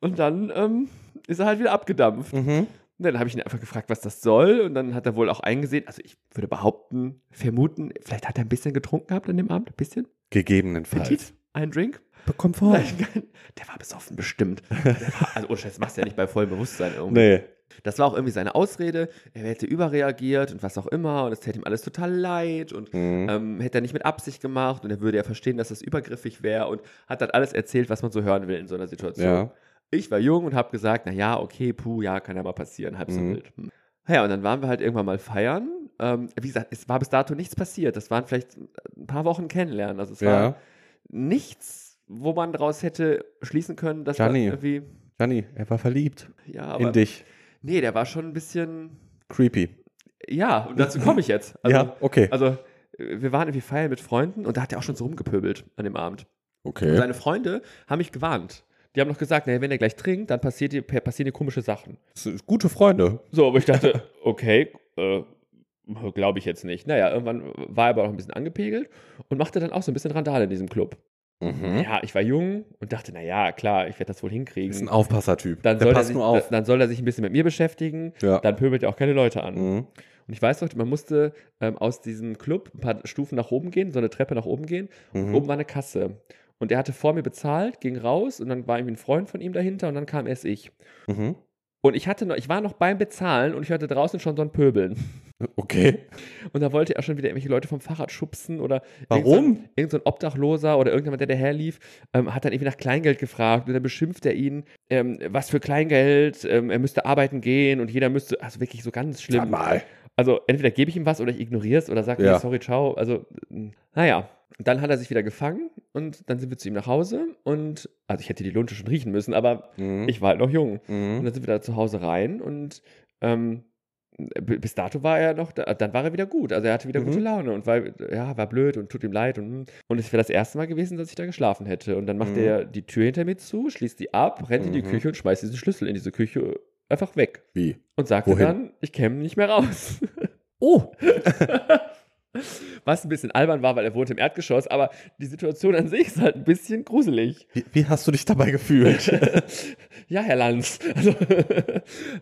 Und dann ähm, ist er halt wieder abgedampft. Mhm. Und dann habe ich ihn einfach gefragt, was das soll. Und dann hat er wohl auch eingesehen, also ich würde behaupten, vermuten, vielleicht hat er ein bisschen getrunken gehabt an dem Abend. Ein bisschen. Gegebenenfalls. Petit. Ein Drink. Bekomm vor. Nein, nein, der war besoffen, bestimmt. Der war, also, ohne Scheiß, das machst du ja nicht bei vollem Bewusstsein irgendwie. Nee. Das war auch irgendwie seine Ausrede. Er hätte überreagiert und was auch immer. Und es täte ihm alles total leid. Und Mhm. ähm, hätte er nicht mit Absicht gemacht. Und er würde ja verstehen, dass das übergriffig wäre. Und hat dann alles erzählt, was man so hören will in so einer Situation. Ja. Ich war jung und habe gesagt, na ja, okay, puh, ja, kann ja mal passieren, halb so Mhm. wild. Hm. Naja, und dann waren wir halt irgendwann mal feiern. Ähm, wie gesagt, es war bis dato nichts passiert. Das waren vielleicht ein paar Wochen kennenlernen. Also es war Ja. nichts, wo man daraus hätte schließen können, dass Gianni. das irgendwie. Johnny, er war verliebt Ja, aber. in dich. Nee, der war schon ein bisschen. Creepy. Ja, und dazu komme ich jetzt. Also, ja, okay. also äh, wir waren irgendwie feiern mit Freunden und da hat er auch schon so rumgepöbelt an dem Abend. Und okay. seine Freunde haben mich gewarnt. Die haben noch gesagt, naja, wenn er gleich trinkt, dann passiert dir, passieren dir komische Sachen. Das sind Gute Freunde. So, aber ich dachte, okay, äh, glaube ich jetzt nicht. Naja, irgendwann war er aber auch ein bisschen angepegelt und machte dann auch so ein bisschen Randale in diesem Club. Mhm. Ja, ich war jung und dachte, naja, klar, ich werde das wohl hinkriegen. Ist ein Aufpassertyp. dann Der soll, er passt sich, nur auf. dann soll er sich ein bisschen mit mir beschäftigen. ja. Dann pöbelt er auch keine Leute an. Mhm. Und ich weiß noch, man musste ähm, aus diesem Club ein paar Stufen nach oben gehen, so eine Treppe nach oben gehen. Mhm. Um Oben war eine Kasse. Und er hatte vor mir bezahlt, ging raus und dann war irgendwie ein Freund von ihm dahinter und dann kam erst ich. Mhm. Und ich hatte noch, ich war noch beim Bezahlen und ich hörte draußen schon so ein Pöbeln. Okay. Und da wollte er schon wieder irgendwelche Leute vom Fahrrad schubsen oder Warum? irgendein irgend so ein Obdachloser oder irgendjemand, der daherlief, ähm, hat dann irgendwie nach Kleingeld gefragt und dann beschimpft er ihn, ähm, was für Kleingeld, ähm, er müsste arbeiten gehen und jeder müsste, also wirklich so ganz Sag schlimm. mal. Also entweder gebe ich ihm was oder ich ignoriere es oder sage, Ja. nee, sorry, ciao. Also, mh, naja. Und Dann hat er sich wieder gefangen und dann sind wir zu ihm nach Hause und, also ich hätte die Lunte schon riechen müssen, aber Mhm. ich war halt noch jung. Und Mhm. dann sind wir da zu Hause rein und ähm, b- bis dato war er noch, da, dann war er wieder gut. Also er hatte wieder Mhm. gute Laune und war, ja, war blöd und tut ihm leid. Und, und es wäre das erste Mal gewesen, dass ich da geschlafen hätte. Und dann macht Mhm. er die Tür hinter mir zu, schließt die ab, rennt in die Mhm. Küche und schmeißt diesen Schlüssel in diese Küche einfach weg. Wie? Und sagte Wohin? dann, ich käme nicht mehr raus. oh! was ein bisschen albern war, weil er wohnt im Erdgeschoss, aber die Situation an sich ist halt ein bisschen gruselig. Wie, wie hast du dich dabei gefühlt? ja, Herr Lanz. Also,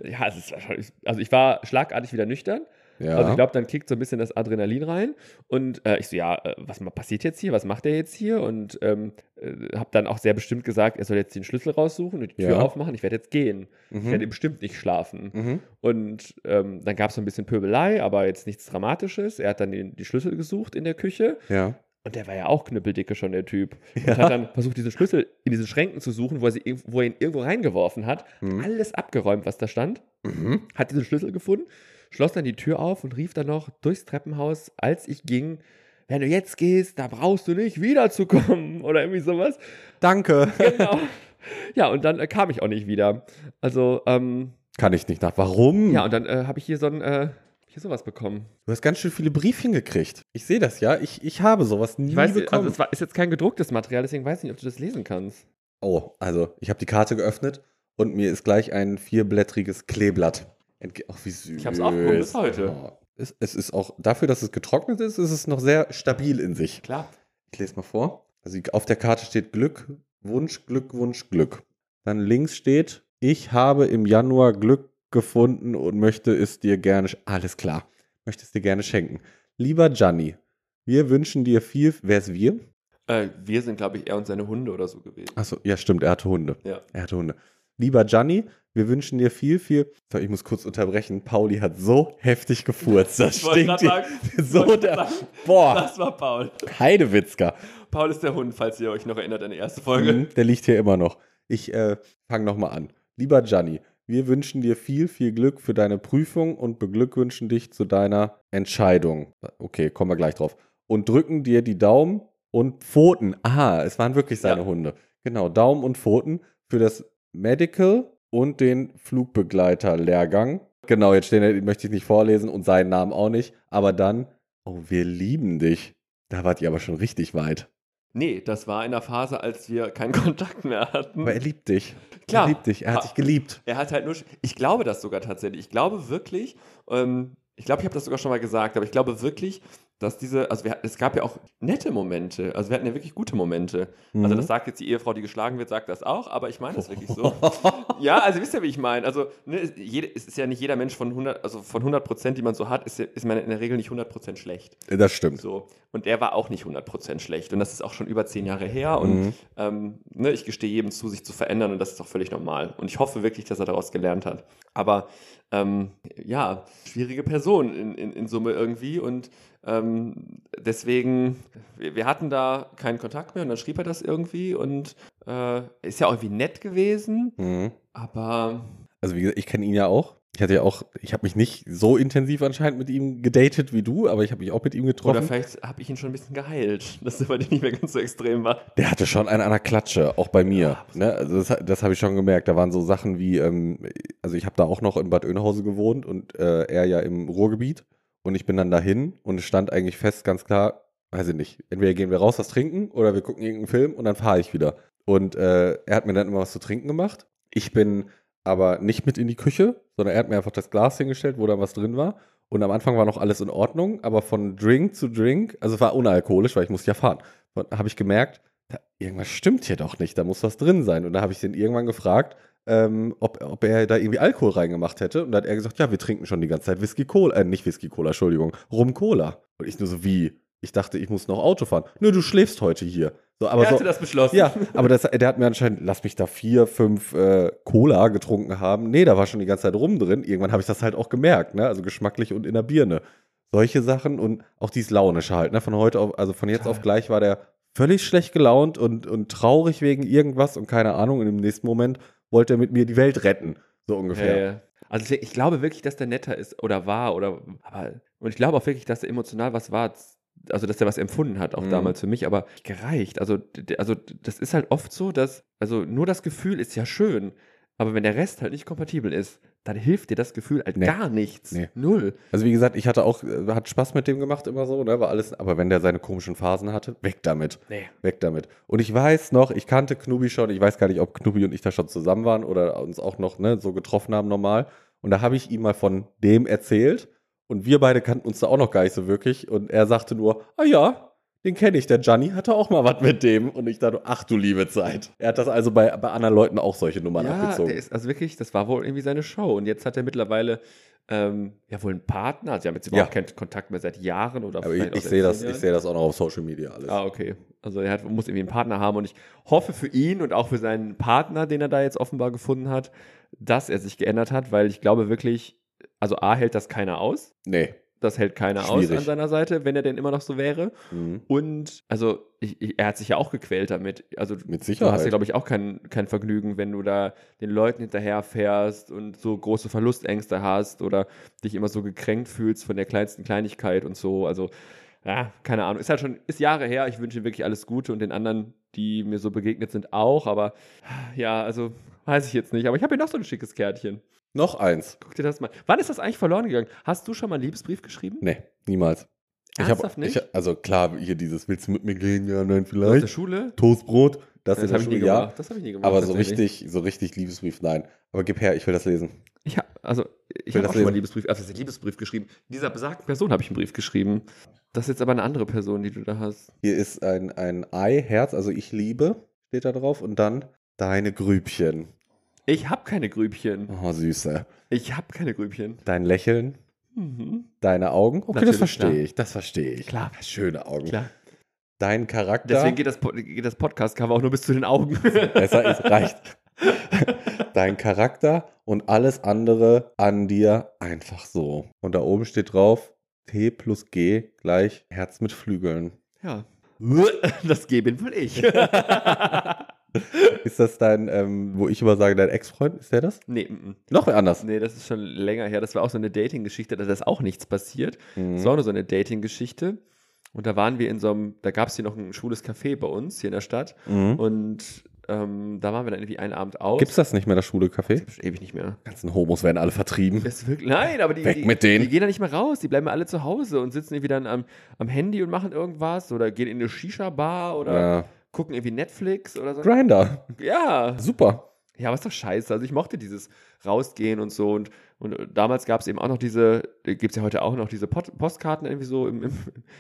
ja, es ist wahrscheinlich, also ich war schlagartig wieder nüchtern. ja. Also ich glaube, dann kickt so ein bisschen das Adrenalin rein. Und äh, ich so, ja, äh, was ma- passiert jetzt hier? Was macht er jetzt hier? Und ähm, äh, habe dann auch sehr bestimmt gesagt, er soll jetzt den Schlüssel raussuchen und die Tür Ja. aufmachen. Ich werde jetzt gehen. Ich werde mhm. bestimmt nicht schlafen. Mhm. Und ähm, dann gab es so ein bisschen Pöbelei, aber jetzt nichts Dramatisches. Er hat dann den, die Schlüssel gesucht in der Küche. ja. Und der war ja auch knüppeldicke schon, der Typ. Und Ja. hat dann versucht, diesen Schlüssel in diesen Schränken zu suchen, wo er, sie, irgend- wo er ihn irgendwo reingeworfen hat. Mhm. Alles abgeräumt, was da stand Mhm. hat diesen Schlüssel gefunden, schloss dann die Tür auf und rief dann noch durchs Treppenhaus, als ich ging, wenn du jetzt gehst, da brauchst du nicht wiederzukommen oder irgendwie sowas. Danke. Genau. ja, und dann äh, kam ich auch nicht wieder. Also, ähm, Kann ich nicht nach. Warum? ja, und dann äh, habe ich hier so ein, äh, hier sowas bekommen. Du hast ganz schön viele Briefchen gekriegt. Ich sehe das ja. Ich, ich habe sowas nie Ich weiß, bekommen. also es war, ist jetzt kein gedrucktes Material, deswegen weiß ich nicht, ob du das lesen kannst. oh, also ich habe die Karte geöffnet und mir ist gleich ein vierblättriges Kleeblatt. Entge Ach, wie süß. Ich hab's auch geholt bis heute. Oh, es, es ist auch, dafür, dass es getrocknet ist, ist es noch sehr stabil in sich. Klar. Ich lese mal vor. Also auf der Karte steht Glück, Wunsch, Glück, Wunsch, Glück. Dann links steht, ich habe im Januar Glück gefunden und möchte es dir gerne, sch- alles klar, möchte es dir gerne schenken. Lieber Gianni, wir wünschen dir viel, wer ist wir? Äh, wir sind, glaube ich, er und seine Hunde oder so gewesen. Achso, ja stimmt, er hatte Hunde. Ja. Er hatte Hunde. Lieber Gianni, wir wünschen dir viel, viel. So, ich muss kurz unterbrechen. Pauli hat so heftig gefurzt. Das Ich wollte stinkt Ah. gerade hier. sagen, so wollte der. sagen, Boah, das war Paul. Heidewitzka. Paul ist der Hund, falls ihr euch noch erinnert an die erste Folge. Mhm, der liegt hier immer noch. Ich äh, fange nochmal an. Lieber Gianni, wir wünschen dir viel, viel Glück für deine Prüfung und beglückwünschen dich zu deiner Entscheidung. Okay, kommen wir gleich drauf. Und drücken dir die Daumen und Pfoten. Ah, es waren wirklich seine Ja. Hunde. Genau, Daumen und Pfoten für das Medical und den Flugbegleiter-Lehrgang. Genau, jetzt stehen, den möchte ich nicht vorlesen und seinen Namen auch nicht. Aber dann, oh, wir lieben dich. Da wart ihr aber schon richtig weit. Nee, das war in der Phase, als wir keinen Kontakt mehr hatten. Aber er liebt dich. Klar. Er liebt dich. Er hat Ha- dich geliebt. Er hat halt nur. sch- Ich glaube das sogar tatsächlich. Ich glaube wirklich. Ähm, ich glaube, ich habe das sogar schon mal gesagt, aber ich glaube wirklich, dass diese. Also, wir, hat- es gab ja auch nette Momente. Also, wir hatten ja wirklich gute Momente. Mhm. Also, das sagt jetzt die Ehefrau, die geschlagen wird, sagt das auch, aber ich meine das wirklich so. ja, also, wisst ihr, wie ich meine? Also, ne, es- jede, es ist ja nicht jeder Mensch von 100, also von 100 Prozent, die man so hat, ist, ja- ist man in der Regel nicht 100 Prozent schlecht. das stimmt. So. Und er war auch nicht 100% schlecht. Und das ist auch schon über zehn Jahre her. Und Mhm. ähm, ne, ich gestehe jedem zu, sich zu verändern. Und das ist auch völlig normal. Und ich hoffe wirklich, dass er daraus gelernt hat. Aber ähm, ja, schwierige Person in, in, in Summe irgendwie. Und ähm, deswegen, wir, wir hatten da keinen Kontakt mehr. Und dann schrieb er das irgendwie. Und äh, ist ja auch irgendwie nett gewesen. Mhm. Aber Also wie gesagt, ich kenne ihn ja auch. Ich hatte ja auch, ich habe mich nicht so intensiv anscheinend mit ihm gedatet wie du, aber ich habe mich auch mit ihm oder getroffen. vielleicht habe ich ihn schon ein bisschen geheilt, dass er bei dir nicht mehr ganz so extrem war. Der hatte schon einen an der Klatsche, auch bei mir. ne? Also das, das habe ich schon gemerkt. Da waren so Sachen wie, ähm, also ich habe da auch noch in Bad Oeynhausen gewohnt und äh, er ja im Ruhrgebiet. Und ich bin dann dahin und es stand eigentlich fest, ganz klar, weiß ich nicht, entweder gehen wir raus was trinken oder wir gucken irgendeinen Film und dann fahre ich wieder. Und äh, er hat mir dann immer was zu trinken gemacht. Ich bin aber nicht mit in die Küche, sondern er hat mir einfach das Glas hingestellt, wo dann was drin war. Und am Anfang war noch alles in Ordnung, aber von Drink zu Drink, also war unalkoholisch, weil ich musste ja fahren, habe ich gemerkt, da, irgendwas stimmt hier doch nicht, da muss was drin sein. Und da habe ich den irgendwann gefragt, ähm, ob, ob er da irgendwie Alkohol reingemacht hätte. Und da hat er gesagt, ja, wir trinken schon die ganze Zeit Whisky Cola, äh, nicht Whisky Cola, Entschuldigung, Rum Cola. Und ich nur so, wie? Ich dachte, ich muss noch Auto fahren. Nö, du schläfst heute hier. So, aber er so, hatte das beschlossen. ja, aber das, der hat mir anscheinend, lass mich da vier, fünf äh, Cola getrunken haben. Nee, da war schon die ganze Zeit rum drin. Irgendwann habe ich das halt auch gemerkt, ne? Also geschmacklich und in der Birne. Solche Sachen und auch dieses Launische halt, ne? Von heute auf, also von jetzt auf gleich war der völlig schlecht gelaunt und, und traurig wegen irgendwas und keine Ahnung. Und im nächsten Moment wollte er mit mir die Welt retten. So ungefähr. Ja, ja. Also deswegen, ich glaube wirklich, dass der netter ist oder war oder aber und ich glaube auch wirklich, dass er emotional was war, also dass er was empfunden hat auch Mhm. damals für mich, aber gereicht. Also d- d- also d- das ist halt oft so, dass also nur das Gefühl ist ja schön, aber wenn der Rest halt nicht kompatibel ist, dann hilft dir das Gefühl halt Nee. gar nichts. Nee. Null. Also wie gesagt, ich hatte auch, äh, hat Spaß mit dem gemacht immer so, ne? War alles, aber wenn der seine komischen Phasen hatte, weg damit. Nee. Weg damit. Und ich weiß noch, ich kannte Knubi schon, ich weiß gar nicht, ob Knubi und ich da schon zusammen waren oder uns auch noch ne, so getroffen haben normal. Und da habe ich ihm mal von dem erzählt. Und wir beide kannten uns da auch noch gar nicht so wirklich. Und er sagte nur, ah ja, den kenne ich. Der Gianni hatte auch mal was mit dem. Und ich dachte, ach du liebe Zeit. Er hat das also bei, bei anderen Leuten auch solche Nummern Ja, der abgezogen. ist also wirklich, das war wohl irgendwie seine Show. Und jetzt hat er mittlerweile ähm, ja wohl einen Partner. Also, sie haben jetzt überhaupt keinen Kontakt mehr seit Jahren oder Aber ich, vielleicht auch ne? ich seit sehe zehn das, ich Jahren. sehe das auch noch auf Social Media alles. Ah, okay. Also er hat, muss irgendwie einen Partner haben und ich hoffe für ihn und auch für seinen Partner, den er da jetzt offenbar gefunden hat, dass er sich geändert hat, weil ich glaube wirklich, also A hält das keiner aus. Nee. Das hält keiner aus Schwierig. an seiner Seite, wenn er denn immer noch so wäre. Mhm. Und also ich, ich, er hat sich ja auch gequält damit. Also Mit Du hast ja, Sicherheit. glaube ich, auch kein, kein Vergnügen, wenn du da den Leuten hinterherfährst und so große Verlustängste hast oder dich immer so gekränkt fühlst von der kleinsten Kleinigkeit und so. Also, ja, keine Ahnung. Ist halt schon, ist Jahre her. Ich wünsche ihm wirklich alles Gute und den anderen, die mir so begegnet sind, auch. Aber ja, also weiß ich jetzt nicht. Aber ich habe hier noch so ein schickes Kärtchen. noch eins. Guck dir das mal. Wann ist das eigentlich verloren gegangen? Hast du schon mal einen Liebesbrief geschrieben? Nee, niemals. Ernsthaft nicht? Ich, also klar, hier dieses, willst du mit mir gehen? Ja, nein, Aus der vielleicht. Schule? Toastbrot, das, in der hab Schule, ja. Das habe ich nie gemacht. Aber so tatsächlich. richtig, so richtig Liebesbrief, nein. Aber gib her, ich will das lesen. Ich hab, also, ich will habe das auch schon mal lesen. einen Liebesbrief, also einen Liebesbrief geschrieben. Dieser besagten Person habe ich einen Brief geschrieben. Das ist jetzt aber eine andere Person, die du da hast. Hier ist ein, ein Ei, Herz, also ich liebe, steht da drauf. Und dann deine Grübchen. Ich habe keine Grübchen. Oh, Süße. Ich habe keine Grübchen. Mhm. Dein Lächeln, deine Augen. Okay, Natürlich, das verstehe klar. ich, das verstehe ich. Klar. Schöne Augen. Klar. Dein Charakter. Deswegen geht das, Po- geht das Podcast-Cover auch nur bis zu den Augen. Besser ist, reicht. Dein Charakter und alles andere an dir einfach so. Und da oben steht drauf, T plus G gleich Herz mit Flügeln. ja. Das G bin wohl ich. Ist das dein, ähm, wo ich immer sage, dein Ex-Freund? Ist der das? nee, mm, mm. Noch wer anders. nee, das ist schon länger her. Das war auch so eine Dating-Geschichte, da ist auch nichts passiert. Mhm. Das war auch nur so eine Dating-Geschichte. Und da waren wir in so einem, da gab es hier noch ein schwules Café bei uns, hier in der Stadt. Mhm. Und ähm, da waren wir dann irgendwie einen Abend aus. Gibt's das nicht mehr, das schwule Café? Gibt's schon ewig nicht mehr. Die ganzen Homos werden alle vertrieben. Das ist wirklich, nein, aber die, Weg die, mit denen. die gehen da nicht mehr raus. Die bleiben ja alle zu Hause und sitzen irgendwie dann am, am Handy und machen irgendwas oder gehen in eine Shisha-Bar oder Ja. gucken irgendwie Netflix oder so. Grinder. Ja. Super. Ja, aber ist doch scheiße. Also ich mochte dieses Rausgehen und so. Und, und damals gab es eben auch noch diese, gibt es ja heute auch noch diese Pot Postkarten irgendwie so im, im,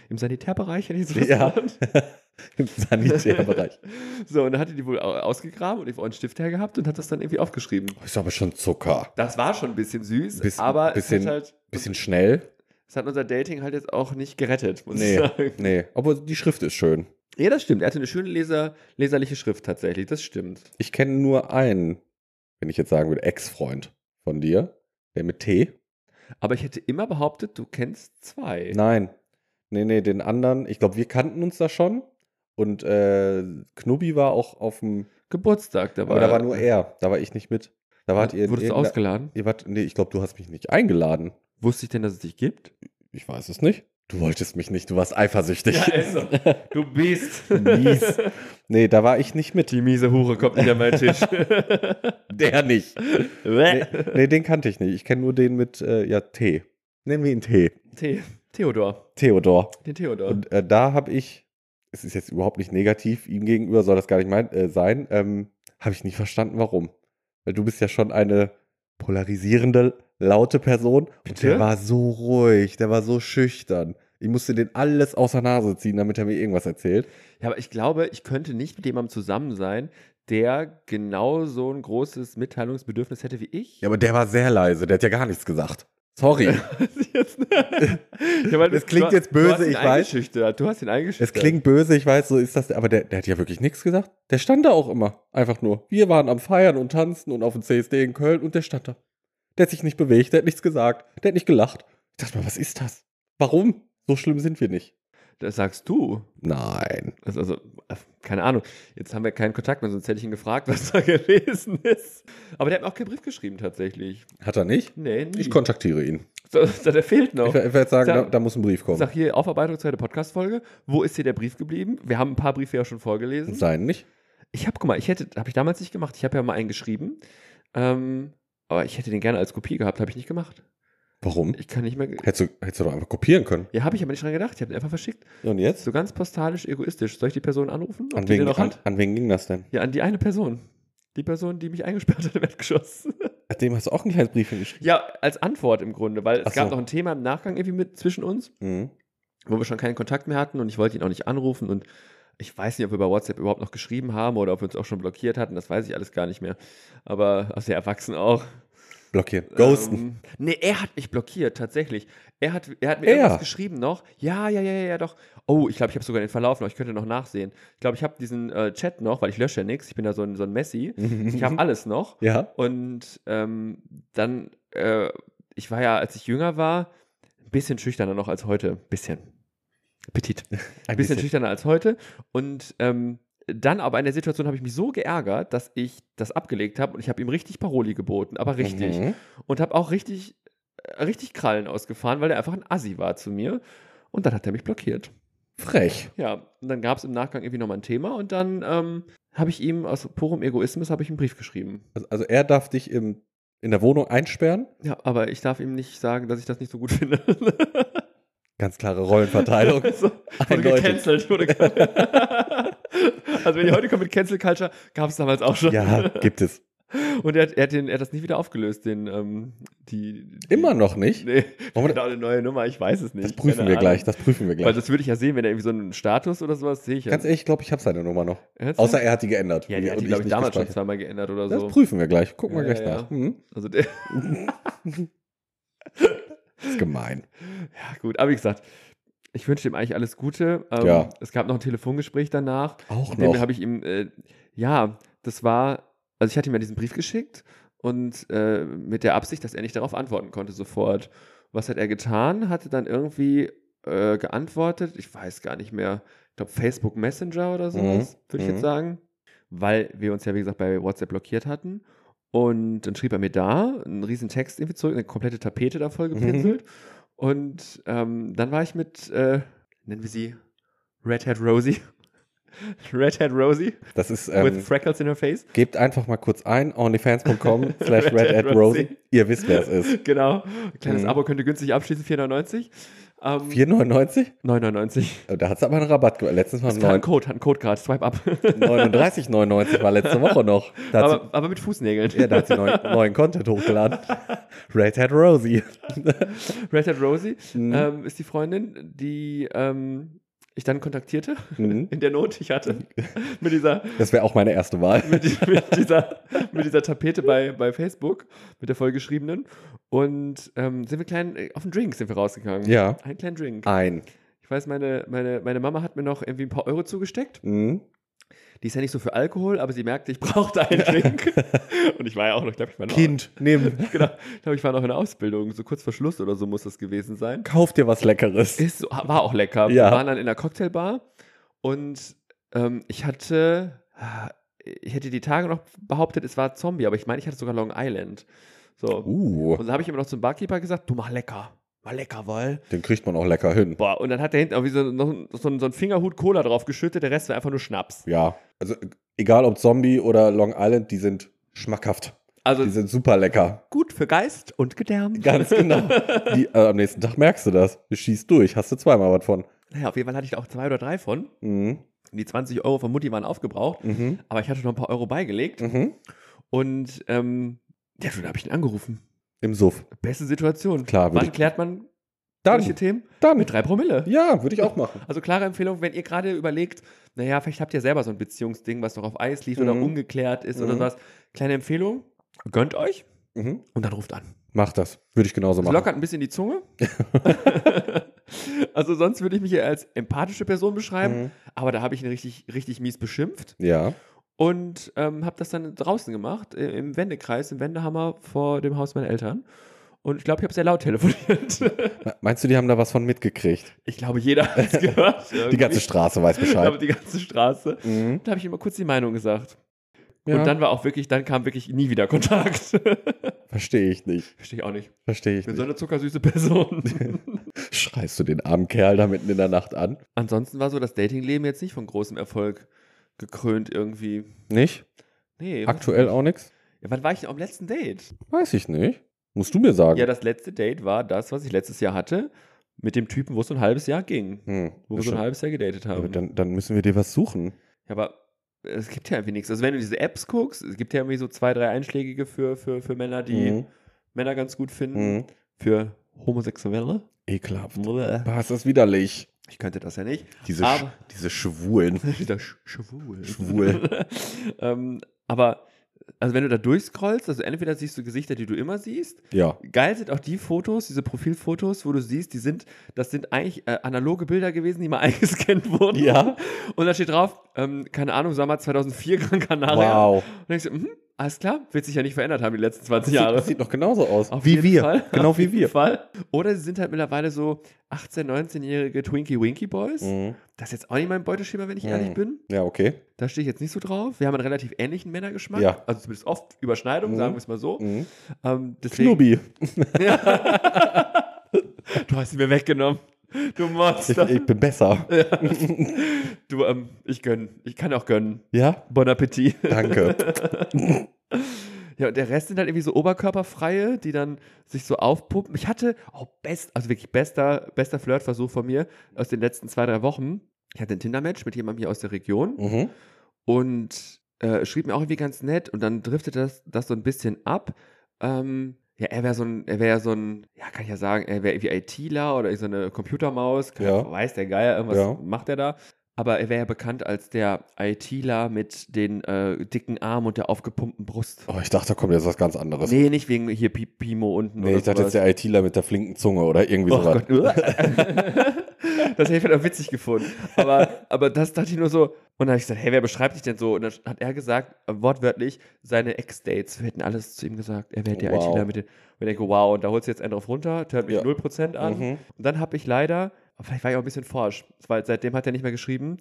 im Sanitärbereich. hätte ich jetzt fast Ja. gesagt. Im Sanitärbereich. So, und dann hatte die wohl au- ausgegraben und ich einen Stift hergehabt und hat das dann irgendwie aufgeschrieben. Ist aber schon Zucker. Das war schon ein bisschen süß, Bisschen- aber es bisschen- hat halt Bisschen schnell. Es hat unser Dating halt jetzt auch nicht gerettet, muss ich Nee, sagen. nee. Aber die Schrift ist schön. Ja, das stimmt. Er hatte eine schöne Leser, leserliche Schrift tatsächlich. Das stimmt. Ich kenne nur einen, wenn ich jetzt sagen würde, Ex-Freund von dir, der mit T. Aber ich hätte immer behauptet, du kennst zwei. Nein. Nee, nee, den anderen. Ich glaube, wir kannten uns da schon. Und äh, Knubbi war auch auf dem. Geburtstag dabei. Aber da war nur er. Da war ich nicht mit. Da wart ihr. in Wurdest du irgendeiner- ausgeladen? Ihr wart, nee, ich glaube, du hast mich nicht eingeladen. Wusste ich denn, dass es dich gibt? Ich weiß es nicht. Du wolltest mich nicht. Du warst eifersüchtig. Also. Du bist. Mies. Nee, da war ich nicht mit. Die miese Hure kommt nicht an meinen Tisch. Der nicht. Nee, nee, den kannte ich nicht. Ich kenne nur den mit, äh, ja, T. Nennen wir ihn T. The Theodor. Theodor. Den Theodor. Und äh, da habe ich, es ist jetzt überhaupt nicht negativ ihm gegenüber, soll das gar nicht mein, äh, sein, ähm, habe ich nicht verstanden, warum. Weil du bist ja schon eine polarisierende, laute Person. Und Bitte? der war so ruhig, der war so schüchtern. Ich musste den alles aus der Nase ziehen, damit er mir irgendwas erzählt. Ja, aber ich glaube, ich könnte nicht mit jemandem zusammen sein, der genau so ein großes Mitteilungsbedürfnis hätte wie ich. Ja, aber der war sehr leise, der hat ja gar nichts gesagt. Sorry. Jetzt- ja, weil Das du- klingt du- jetzt böse, du hast ihn ich weiß. eingeschüchtert. Du hast ihn eingeschüchtert. Es klingt böse, ich weiß, so ist das, aber der, der hat ja wirklich nichts gesagt. Der stand da auch immer, einfach nur. Wir waren am Feiern und Tanzen und auf dem CSD in Köln und der stand da. Der hat sich nicht bewegt, der hat nichts gesagt, der hat nicht gelacht. Ich dachte mal, was ist das? Warum? So schlimm sind wir nicht. Das sagst du. Nein. Das ist Also, äh, keine Ahnung. Jetzt haben wir keinen Kontakt mehr, sonst hätte ich ihn gefragt, was da gewesen ist. Aber der hat mir auch keinen Brief geschrieben, tatsächlich. Hat er nicht? Nee, nie. Ich kontaktiere ihn. So, so, der fehlt noch. Ich, wär- ich werde sagen, Sag- da, da muss ein Brief kommen. Sag hier, Aufarbeitung, zweite Podcast-Folge. Wo ist hier der Brief geblieben? Wir haben ein paar Briefe ja schon vorgelesen. Sein nicht? Ich habe, guck mal, ich hätte, habe ich damals nicht gemacht. Ich habe ja mal einen geschrieben. Ähm, aber ich hätte den gerne als Kopie gehabt, habe ich nicht gemacht. Warum? Ich kann nicht mehr. ge- Hättest du, hättest du doch einfach kopieren können. Ja, habe ich aber nicht dran gedacht. Ich habe den einfach verschickt. Und jetzt? So ganz postalisch, egoistisch. Soll ich die Person anrufen? ob An die den wen, noch an, hat? an wen ging das denn? Ja, an die eine Person. Die Person, die mich eingesperrt hat im Erdgeschoss. Dem hast du auch ein kleines Briefchen geschrieben. Ja, als Antwort im Grunde, weil es Ach gab so. noch ein Thema im Nachgang irgendwie mit zwischen uns, Mhm. wo wir schon keinen Kontakt mehr hatten und ich wollte ihn auch nicht anrufen und ich weiß nicht, ob wir bei WhatsApp überhaupt noch geschrieben haben oder ob wir uns auch schon blockiert hatten, das weiß ich alles gar nicht mehr. Aber also ja, erwachsen auch. Blockieren. Ghosten. Ähm, nee, er hat mich blockiert, tatsächlich. Er hat, er hat mir Er? irgendwas geschrieben noch. Ja, ja, ja, ja, ja, doch. Oh, ich glaube, ich habe sogar den Verlauf noch. Ich könnte noch nachsehen. Ich glaube, ich habe diesen äh, Chat noch, weil ich lösche ja nichts. Ich bin da so ein, so ein Messi. Ähm, Ich Mhm. habe alles noch. ja. Und ähm, dann, äh, ich war ja, als ich jünger war, ein bisschen schüchterner noch als heute. Bisschen. Petit. Ein bisschen, schüchterner als heute. Und ähm, dann aber in der Situation habe ich mich so geärgert, dass ich das abgelegt habe und ich habe ihm richtig Paroli geboten, aber richtig Mhm. und habe auch richtig, äh, richtig Krallen ausgefahren, weil er einfach ein Assi war zu mir. Und dann hat er mich blockiert. Frech. Ja, und dann gab es im Nachgang irgendwie nochmal ein Thema und dann ähm, habe ich ihm aus purem Egoismus habe ich einen Brief geschrieben. Also, also er darf dich im, in der Wohnung einsperren. Ja, aber ich darf ihm nicht sagen, dass ich das nicht so gut finde. Ganz klare Rollenverteilung. so, wurde Eindeutig. gecancelt. Wurde ge- also wenn ihr heute kommt mit Cancel Culture, gab es damals auch schon. Ja, gibt es. Und er, hat- er, hat den, er hat das nicht wieder aufgelöst, den, ähm, die, die... Immer noch nicht. Nee, Wollen wir- genau eine neue Nummer, ich weiß es nicht. Das prüfen Keine wir Ahnung. gleich. Das prüfen Weil wir gleich. das würde ich ja sehen, wenn er irgendwie so einen Status oder sowas sehe ich ja. Ganz ehrlich, ich glaube, ich habe seine Nummer noch. Ernsthaft? Außer er hat die geändert. ja, die hat Und die, glaube ich, nicht damals schon gespeichert. zweimal geändert oder Das so. prüfen wir gleich. Gucken wir Ja, gleich ja, nach. Hm. Also der, Das ist gemein. ja, gut, aber wie gesagt, ich wünsche ihm eigentlich alles Gute. Ähm, Ja. Es gab noch ein Telefongespräch danach. Auch In dem noch. habe ich ihm, äh, ja, das war, also ich hatte ihm ja diesen Brief geschickt und äh, mit der Absicht, dass er nicht darauf antworten konnte sofort. Was hat er getan? Hatte dann irgendwie äh, geantwortet, ich weiß gar nicht mehr, ich glaube Facebook Messenger oder sowas, würde ich Mhm. jetzt sagen, weil wir uns ja, wie gesagt, bei WhatsApp blockiert hatten. Und dann schrieb er mir da einen riesen Text irgendwie zurück, eine komplette Tapete da voll gepinselt. Und ähm, dann war ich mit, äh, nennen wir sie Red Hat Rosie. Red Hat Rosie Das ist, with ähm, freckles in her face. gebt einfach mal kurz ein, onlyfans.com slash red at Rosie. Rosie. Ihr wisst, wer es ist. Genau. Ein kleines Mhm. Abo könnt ihr günstig abschließen, 4,99. Ähm, 4,99? 9,99. Oh, Da hat es aber einen Rabatt gemacht. Letztens mal Das war ein 9 Code, hat einen Code gerade, swipe up. 39,99 war letzte Woche noch. Da hat sie, aber, aber mit Fußnägeln. ja, da hat sie neuen, neuen Content hochgeladen. Red Hat Rosie. Red Hat Rosie Mhm. ähm, ist die Freundin, die ähm, ich dann kontaktierte, Mhm. in der Not, die ich hatte, mit dieser, Das wäre auch meine erste Wahl. mit, die- mit dieser, mit dieser Tapete bei, bei Facebook, mit der vollgeschriebenen. Und ähm, sind wir klein, äh, auf einen Drink sind wir rausgegangen. Ja. Ah. Einen kleinen Drink. Ein. Ich weiß, meine, meine, meine Mama hat mir noch irgendwie ein paar Euro zugesteckt. Mhm. Die ist ja nicht so für Alkohol, aber sie merkte, ich brauchte einen Drink. Und ich war ja auch noch, glaube ich, war noch, Kind, nimm. Genau, ich glaube, ich war noch in der Ausbildung, so kurz vor Schluss oder so muss das gewesen sein. Kauf dir was Leckeres. Ist so, war auch lecker. Wir Ja. waren dann in der Cocktailbar und ähm, ich hatte, ich hätte die Tage noch behauptet, es war Zombie, aber ich meine, ich hatte sogar Long Island. So. Uh, Und dann habe ich immer noch zum Barkeeper gesagt, du mach lecker. Mach lecker, weil. den kriegt man auch lecker hin. Boah, und dann hat der hinten irgendwie so, noch, so, einen- so einen Fingerhut Cola drauf geschüttet, der Rest war einfach nur Schnaps. Ja. Also, egal ob Zombie oder Long Island, die sind schmackhaft. Also Die sind super lecker. gut für Geist und Gedärm. Ganz genau. Die, äh, am nächsten Tag merkst du das. Du schießt durch, hast du zweimal was von. Naja, auf jeden Fall hatte ich da auch zwei oder drei von. Mhm. Die 20 Euro von Mutti waren aufgebraucht, Mhm. aber ich hatte noch ein paar Euro beigelegt. Mhm. Und ähm, ja, schon habe ich ihn angerufen. Im Suff. Beste Situation. Klar, würde Wann ich- klärt man solche Dann, Themen? dann. Mit drei Promille. Ja, würde ich auch machen. Also klare Empfehlung, wenn ihr gerade überlegt, naja, vielleicht habt ihr selber so ein Beziehungsding, was noch auf Eis liegt oder Mhm. ungeklärt ist oder Mhm. was. Kleine Empfehlung, gönnt euch Mhm. und dann ruft an. Mach das. Würde ich genauso Es machen. lockert ein bisschen die Zunge. also sonst würde ich mich eher als empathische Person beschreiben, Mhm. aber da habe ich ihn richtig, richtig mies beschimpft Ja. und ähm, habe das dann draußen gemacht, äh, im Wendekreis, im Wendehammer vor dem Haus meiner Eltern. Und ich glaube, ich habe sehr laut telefoniert. Me- Meinst du, die haben da was von mitgekriegt? ich glaube, jeder hat es gehört. Die ganze Straße weiß Ich glaube, Bescheid. die ganze Straße. Mhm. Da habe ich immer kurz die Meinung gesagt. Ja. Und dann war auch wirklich, dann kam wirklich nie wieder Kontakt. Verstehe Verstehe ich nicht. ich auch nicht. Verstehe Ich ich bin so nicht. eine zuckersüße Person. Schreist du den armen Kerl da mitten in der Nacht an? Ansonsten war so das Datingleben jetzt nicht von großem Erfolg gekrönt irgendwie. Nicht? Nee. was- Aktuell auch nichts? Ja, wann war ich denn am letzten Date? Weiß ich nicht. Musst du mir sagen. Ja, das letzte Date war das, was ich letztes Jahr hatte, mit dem Typen, wo es so ein halbes Jahr ging. hm. Wo wir so ein halbes Jahr gedatet Ja, haben. dann, dann müssen wir dir was suchen. Ja, aber es gibt ja irgendwie nichts. Also wenn du diese Apps guckst, es gibt ja irgendwie so zwei, drei Einschlägige für, für, für Männer, die Mhm. Männer ganz gut finden. Mhm. Für Homosexuelle. Ekelhaft. Bläh. Bah, ist das widerlich. Ich könnte das ja nicht. Diese, Aber- Sch diese Schwulen. Wieder sch schwul. Schwul. ähm, aber, also wenn du da durchscrollst, also entweder siehst du Gesichter, die du immer siehst. Ja. Geil sind auch die Fotos, diese Profilfotos, wo du siehst, die sind, das sind eigentlich äh, analoge Bilder gewesen, die mal eingescannt wurden. Ja. Und da steht drauf, ähm, keine Ahnung, Sommer 2004 Gran Canaria. Wow. Und denkst du, mhm, alles klar, wird sich ja nicht verändert haben die letzten 20 Das sieht, Jahre. das sieht noch genauso aus. Auf wie jeden wir. Fall. Genau Auf wie jeden wir. Fall. Oder sie sind halt mittlerweile so 18-, 19-jährige Twinkie-Winky-Boys. Mhm. Das ist jetzt auch nicht mein Beuteschema, wenn ich Mhm. ehrlich bin. Ja, okay. Da stehe ich jetzt nicht so drauf. Wir haben einen relativ ähnlichen Männergeschmack. Ja. Also zumindest oft Überschneidung, Mhm. sagen wir es mal so. Mhm. Ähm, deswegen, Knubi. Du hast ihn mir weggenommen. Du Ich, Monster. ich bin besser. du, ähm, ich gönn. Ich kann auch gönnen. Ja? Bon Appetit. Danke. Ja, und der Rest sind halt irgendwie so Oberkörperfreie, die dann sich so aufpumpen. Ich hatte, oh, best, also wirklich bester, bester Flirtversuch von mir aus den letzten zwei, drei Wochen. Ich hatte ein Tinder-Match mit jemandem hier aus der Region Mhm. und äh, schrieb mir auch irgendwie ganz nett und dann driftete das, das so ein bisschen ab. Ähm, ja, er wäre so ein, er wäre so ein, ja, kann ich ja sagen, er wäre irgendwie ITler oder so eine Computermaus, keine Ja. Ahnung, weiß der Geier, irgendwas Ja. macht er da. Aber er wäre ja bekannt als der ITler mit den äh, dicken Armen und der aufgepumpten Brust. Oh, ich dachte, da kommt jetzt was ganz anderes. Nee, Nee, nicht wegen hier Pi- Pimo unten. ich dachte sowas. jetzt der ITler mit der flinken Zunge oder irgendwie Oh sowas. Gott. das hätte ich vielleicht auch witzig gefunden. Aber, aber das dachte ich nur so. Und dann habe ich gesagt, hey, wer beschreibt dich denn so? Und dann hat er gesagt, äh, wortwörtlich, seine Ex-Dates hätten alles zu ihm gesagt. Er wäre der Wow. ITler mit den. Und ich denke, wow, und da holst du jetzt einen drauf runter, hört mich Ja. 0% an. Mhm. Und dann habe ich leider, aber vielleicht war ich auch ein bisschen forsch, weil seitdem hat er nicht mehr geschrieben.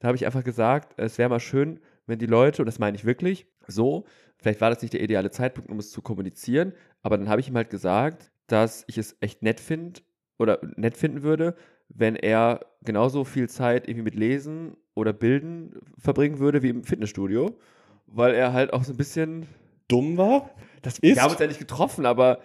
Da habe ich einfach gesagt, es wäre mal schön, wenn die Leute, und das meine ich wirklich, so, vielleicht war das nicht der ideale Zeitpunkt, um es zu kommunizieren, aber dann habe ich ihm halt gesagt, dass ich es echt nett finde oder nett finden würde, wenn er genauso viel Zeit irgendwie mit Lesen oder Bilden verbringen würde wie im Fitnessstudio, weil er halt auch so ein bisschen, Dumm war? das, Ist- wir haben uns ja nicht getroffen, aber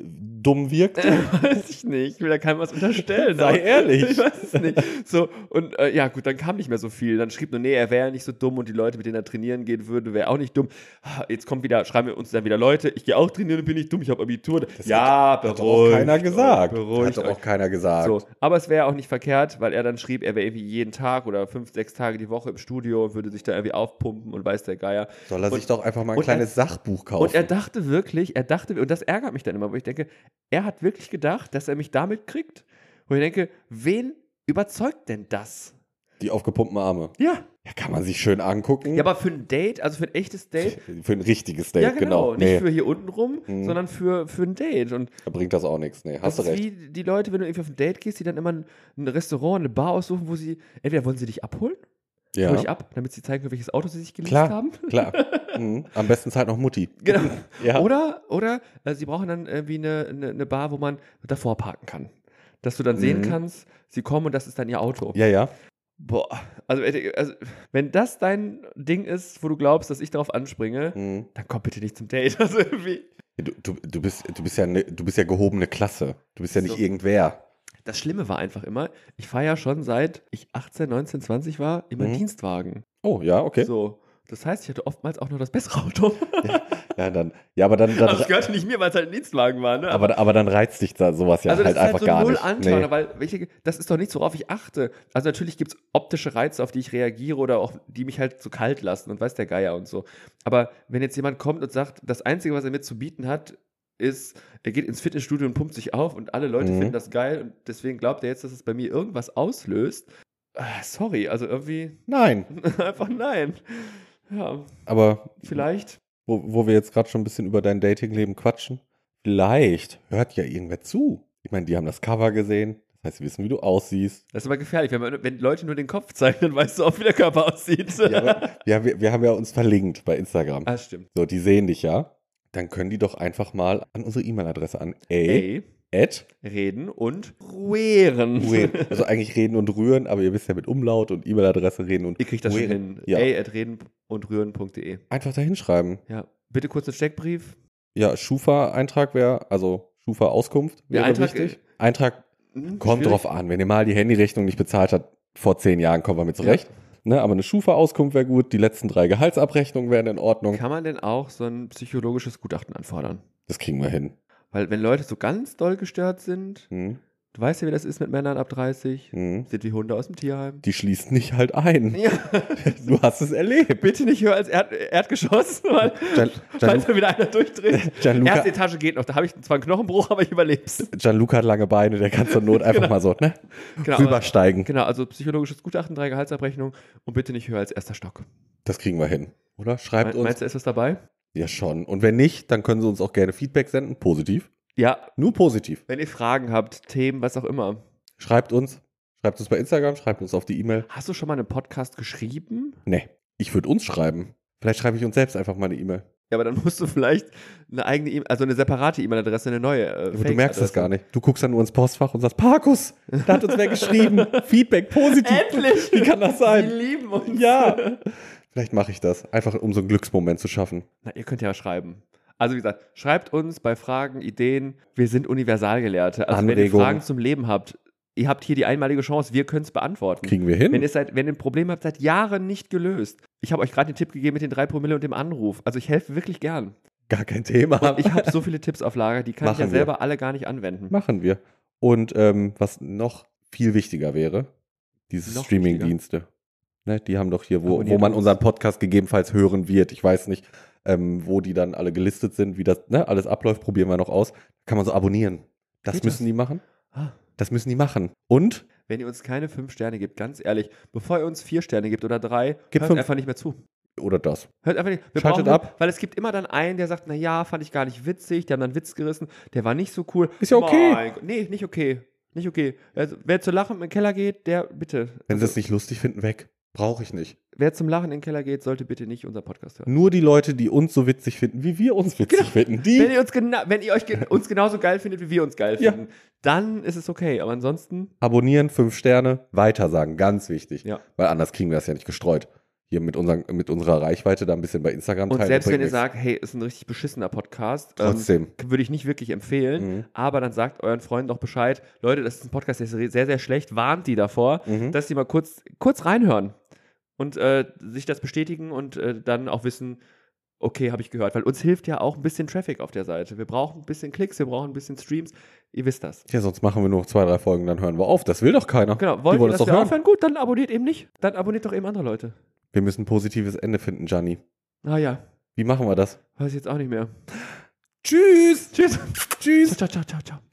Dumm wirkt? Äh. weiß ich nicht, ich will da keinem was unterstellen. Sei aber- ehrlich. Ich weiß es nicht. So, und äh, ja, gut, dann kam nicht mehr so viel. Dann schrieb nur, nee, er wäre ja nicht so dumm und die Leute, mit denen er trainieren gehen würde, wäre auch nicht dumm. Ah, Jetzt kommt wieder, schreiben wir uns dann wieder Leute, ich gehe auch trainieren und bin nicht dumm, ich habe Abitur. ja, Hat doch auch beruhigt. keiner euch, gesagt. Beruhigt. Hat doch euch. auch keiner gesagt. So, aber es wäre auch nicht verkehrt, weil er dann schrieb, er wäre irgendwie jeden Tag oder fünf, sechs Tage die Woche im Studio und würde sich da irgendwie aufpumpen und weiß der Geier. Soll er Und- sich doch einfach mal ein und er- kleines Sachbuch kaufen? Und er dachte wirklich, er dachte, und das ärgert mich dann immer, wo ich denke, er hat wirklich gedacht, dass er mich damit kriegt. Wo ich denke, wen überzeugt denn das? die aufgepumpten Arme. Ja. Ja, kann man sich schön angucken. Ja, aber für ein Date, also für ein echtes Date. für ein richtiges Date, ja, genau. genau. Nicht Nee, für hier unten rum, Mhm. sondern für, für ein Date. Und da bringt das auch nichts. Nee, hast du das ist recht. wie die Leute, wenn du irgendwie auf ein Date gehst, die dann immer ein, ein Restaurant, eine Bar aussuchen, wo sie, entweder wollen sie dich abholen, hol dich Ja, ab, damit sie zeigen können, welches Auto sie sich geleast Klar. haben. klar. mhm. Am besten ist halt noch Mutti. Genau. Ja. Oder, oder äh, sie brauchen dann irgendwie eine, eine, eine Bar, wo man davor parken kann. Dass du dann sehen Mhm. kannst, sie kommen und das ist dann ihr Auto. Ja, ja. Boah, also, äh, also wenn das dein Ding ist, wo du glaubst, dass ich darauf anspringe, Mhm. dann komm bitte nicht zum Date. Also irgendwie. Du, du, du, bist, du, bist ja ne, du bist ja gehobene Klasse. Du bist ja nicht So. irgendwer. Das Schlimme war einfach immer, ich fahre ja schon seit ich 18, 19, 20 war, immer Mhm. Dienstwagen. Oh, ja, okay. So. Das heißt, ich hatte oftmals auch noch das bessere Auto. Ja, dann, ja aber dann, dann Also es gehörte nicht mir, weil es halt ein Dienstwagen war, ne? aber, aber dann reizt dich da sowas ja also das halt ist halt einfach so gar null nicht. Antörner, weil welche, das ist doch nichts, worauf ich achte. Also natürlich gibt es optische Reize, auf die ich reagiere oder auch die mich halt so kalt lassen und weiß der Geier und so. Aber wenn jetzt jemand kommt und sagt, das Einzige, was er mir zu bieten hat, ist, er geht ins Fitnessstudio und pumpt sich auf und alle Leute Mhm. finden das geil und deswegen glaubt er jetzt, dass es bei mir irgendwas auslöst. Ah, sorry, also irgendwie Nein, einfach nein. Ja, aber vielleicht. wo, wo wir jetzt gerade schon ein bisschen über dein Datingleben quatschen, vielleicht hört ja irgendwer zu. Ich meine, die haben das Cover gesehen, das heißt, sie wissen, wie du aussiehst. Das ist aber gefährlich, wenn, man, wenn Leute nur den Kopf zeigen, dann weißt du auch, wie der Körper aussieht. Ja, aber wir, wir, wir haben ja uns verlinkt bei Instagram. ah, stimmt. So, die sehen dich ja. Dann können die doch einfach mal an unsere E-Mail-Adresse an a Ey. at reden und ruhren. ruhen. Also eigentlich reden und rühren, aber ihr wisst ja mit Umlaut und E-Mail-Adresse reden und Ihr kriegt das schon Ruhren. hin. Ja. Ey, at reden und rühren.de. einfach da hinschreiben. Ja. Bitte kurz einen Steckbrief. Ja, Schufa-Eintrag wäre, also Schufa-Auskunft Ja, wäre Eintrag, wichtig. Eintrag äh, Hm, kommt schwierig. drauf an. Wenn ihr mal die Handyrechnung nicht bezahlt habt, vor zehn Jahren kommen wir mit zurecht. Ne, aber eine Schufa-Auskunft wäre gut, die letzten drei Gehaltsabrechnungen wären in Ordnung. Kann man denn auch so ein psychologisches Gutachten anfordern? Das kriegen wir hin. Weil wenn Leute so ganz doll gestört sind, Hm? du weißt ja, wie das ist mit Männern ab 30, Hm? sind wie Hunde aus dem Tierheim. Die schließen dich halt ein. Ja, Du hast es erlebt. bitte nicht höher als Erd Erdgeschoss, weil, Gian, falls Gian, da wieder einer durchdreht. Gianluca, Erste Etage geht noch, da habe ich zwar einen Knochenbruch, aber ich überleb's. Gianluca hat lange Beine, der kann zur Not einfach mal so ne, Genau, aber, rübersteigen. genau, also psychologisches Gutachten, drei Gehaltsabrechnungen und bitte nicht höher als erster Stock. Das kriegen wir hin. Oder? Schreibt Me uns. meinst du, ist was dabei? Ja, schon. Und wenn nicht, dann können Sie uns auch gerne Feedback senden. Positiv. Ja, Nur positiv. wenn ihr Fragen habt, Themen, was auch immer. Schreibt uns. Schreibt uns bei Instagram, schreibt uns auf die E-Mail. Hast du schon mal einen Podcast geschrieben? Nee, ich würde uns schreiben. Vielleicht schreibe ich uns selbst einfach mal eine E-Mail. Ja, aber dann musst du vielleicht eine eigene E-Mail, also eine separate E-Mail-Adresse, eine neue. Äh, Aber du merkst das Fake-Adresse. gar nicht. Du guckst dann nur ins Postfach und sagst, Markus, da hat uns wer geschrieben. Feedback positiv. Endlich! Wie kann das Die sein? lieben uns. Ja. Vielleicht mache ich das. Einfach um so einen Glücksmoment zu schaffen. Na, ihr könnt ja schreiben. Also wie gesagt, schreibt uns bei Fragen, Ideen. Wir sind Universalgelehrte. Also wenn ihr Anregungen. Fragen zum Leben habt, ihr habt hier die einmalige Chance, wir können es beantworten. Kriegen wir hin? Wenn ihr, seit, wenn ihr ein Problem habt, seit Jahren nicht gelöst. Ich habe euch gerade den Tipp gegeben mit den drei Promille und dem Anruf. Also ich helfe wirklich gern. Gar kein Thema. Und ich habe so viele Tipps auf Lager, die kann ich Machen ja wir. selber alle gar nicht anwenden. Machen wir. Und ähm, was noch viel wichtiger wäre, diese Noch Streaming-Dienste. Ne, die haben doch hier, wo, wo Abonniert man uns. unseren Podcast gegebenenfalls hören wird. Ich weiß nicht, ähm, wo die dann alle gelistet sind, wie das ne, alles abläuft, probieren wir noch aus. Kann man so abonnieren. Das Geht müssen das? die machen. Ah. Das müssen die machen. Und Wenn ihr uns keine fünf Sterne gibt, ganz ehrlich, bevor ihr uns vier Sterne gibt oder drei, Gib hört fünf. einfach nicht mehr zu. oder das. Hört einfach nicht. Wir Schaltet brauchen- ab. Weil es gibt immer dann einen, der sagt, naja, fand ich gar nicht witzig, die haben dann einen Witz gerissen, der war nicht so cool. Ist ja okay. Mein Gott, nee, nicht okay. Nicht okay. Also, wer zu lachen in den Keller geht, der bitte. Wenn sie es nicht lustig finden, weg. Brauche ich nicht. Wer zum Lachen in den Keller geht, sollte bitte nicht unseren Podcast hören. Nur die Leute, die uns so witzig finden, wie wir uns witzig finden, Genau. Wenn die. ihr, uns, gena wenn ihr euch gen uns genauso geil findet, wie wir uns geil Ja. finden, dann ist es okay. Aber ansonsten, Abonnieren, fünf Sterne, weitersagen, ganz wichtig. Ja. Weil anders kriegen wir das ja nicht gestreut. Hier mit, unseren, mit unserer Reichweite da ein bisschen bei Instagram und teilen, selbst bringt wenn ihr nichts. sagt, hey, ist ein richtig beschissener Podcast, ähm, Trotzdem. würde ich nicht wirklich empfehlen. Mhm. Aber dann sagt euren Freunden doch Bescheid, Leute, das ist ein Podcast, der ist sehr, sehr schlecht, warnt die davor, Mhm. dass die mal kurz, kurz reinhören und äh, sich das bestätigen und äh, dann auch wissen, okay, habe ich gehört. Weil uns hilft ja auch ein bisschen Traffic auf der Seite. Wir brauchen ein bisschen Klicks, wir brauchen ein bisschen Streams. Ihr wisst das. Ja, sonst machen wir nur noch zwei, drei Folgen, dann hören wir auf. Das will doch keiner. Genau, wollen wollt ihr, das dass doch wir hören. aufhören? Gut, dann abonniert eben nicht. Dann abonniert doch eben andere Leute. Ah Wir müssen ein positives Ende finden, Gianni. Naja, Wie machen wir das? weiß ich jetzt auch nicht mehr. Tschüss! Tschüss. Tschüss! Ciao, ciao, ciao, ciao.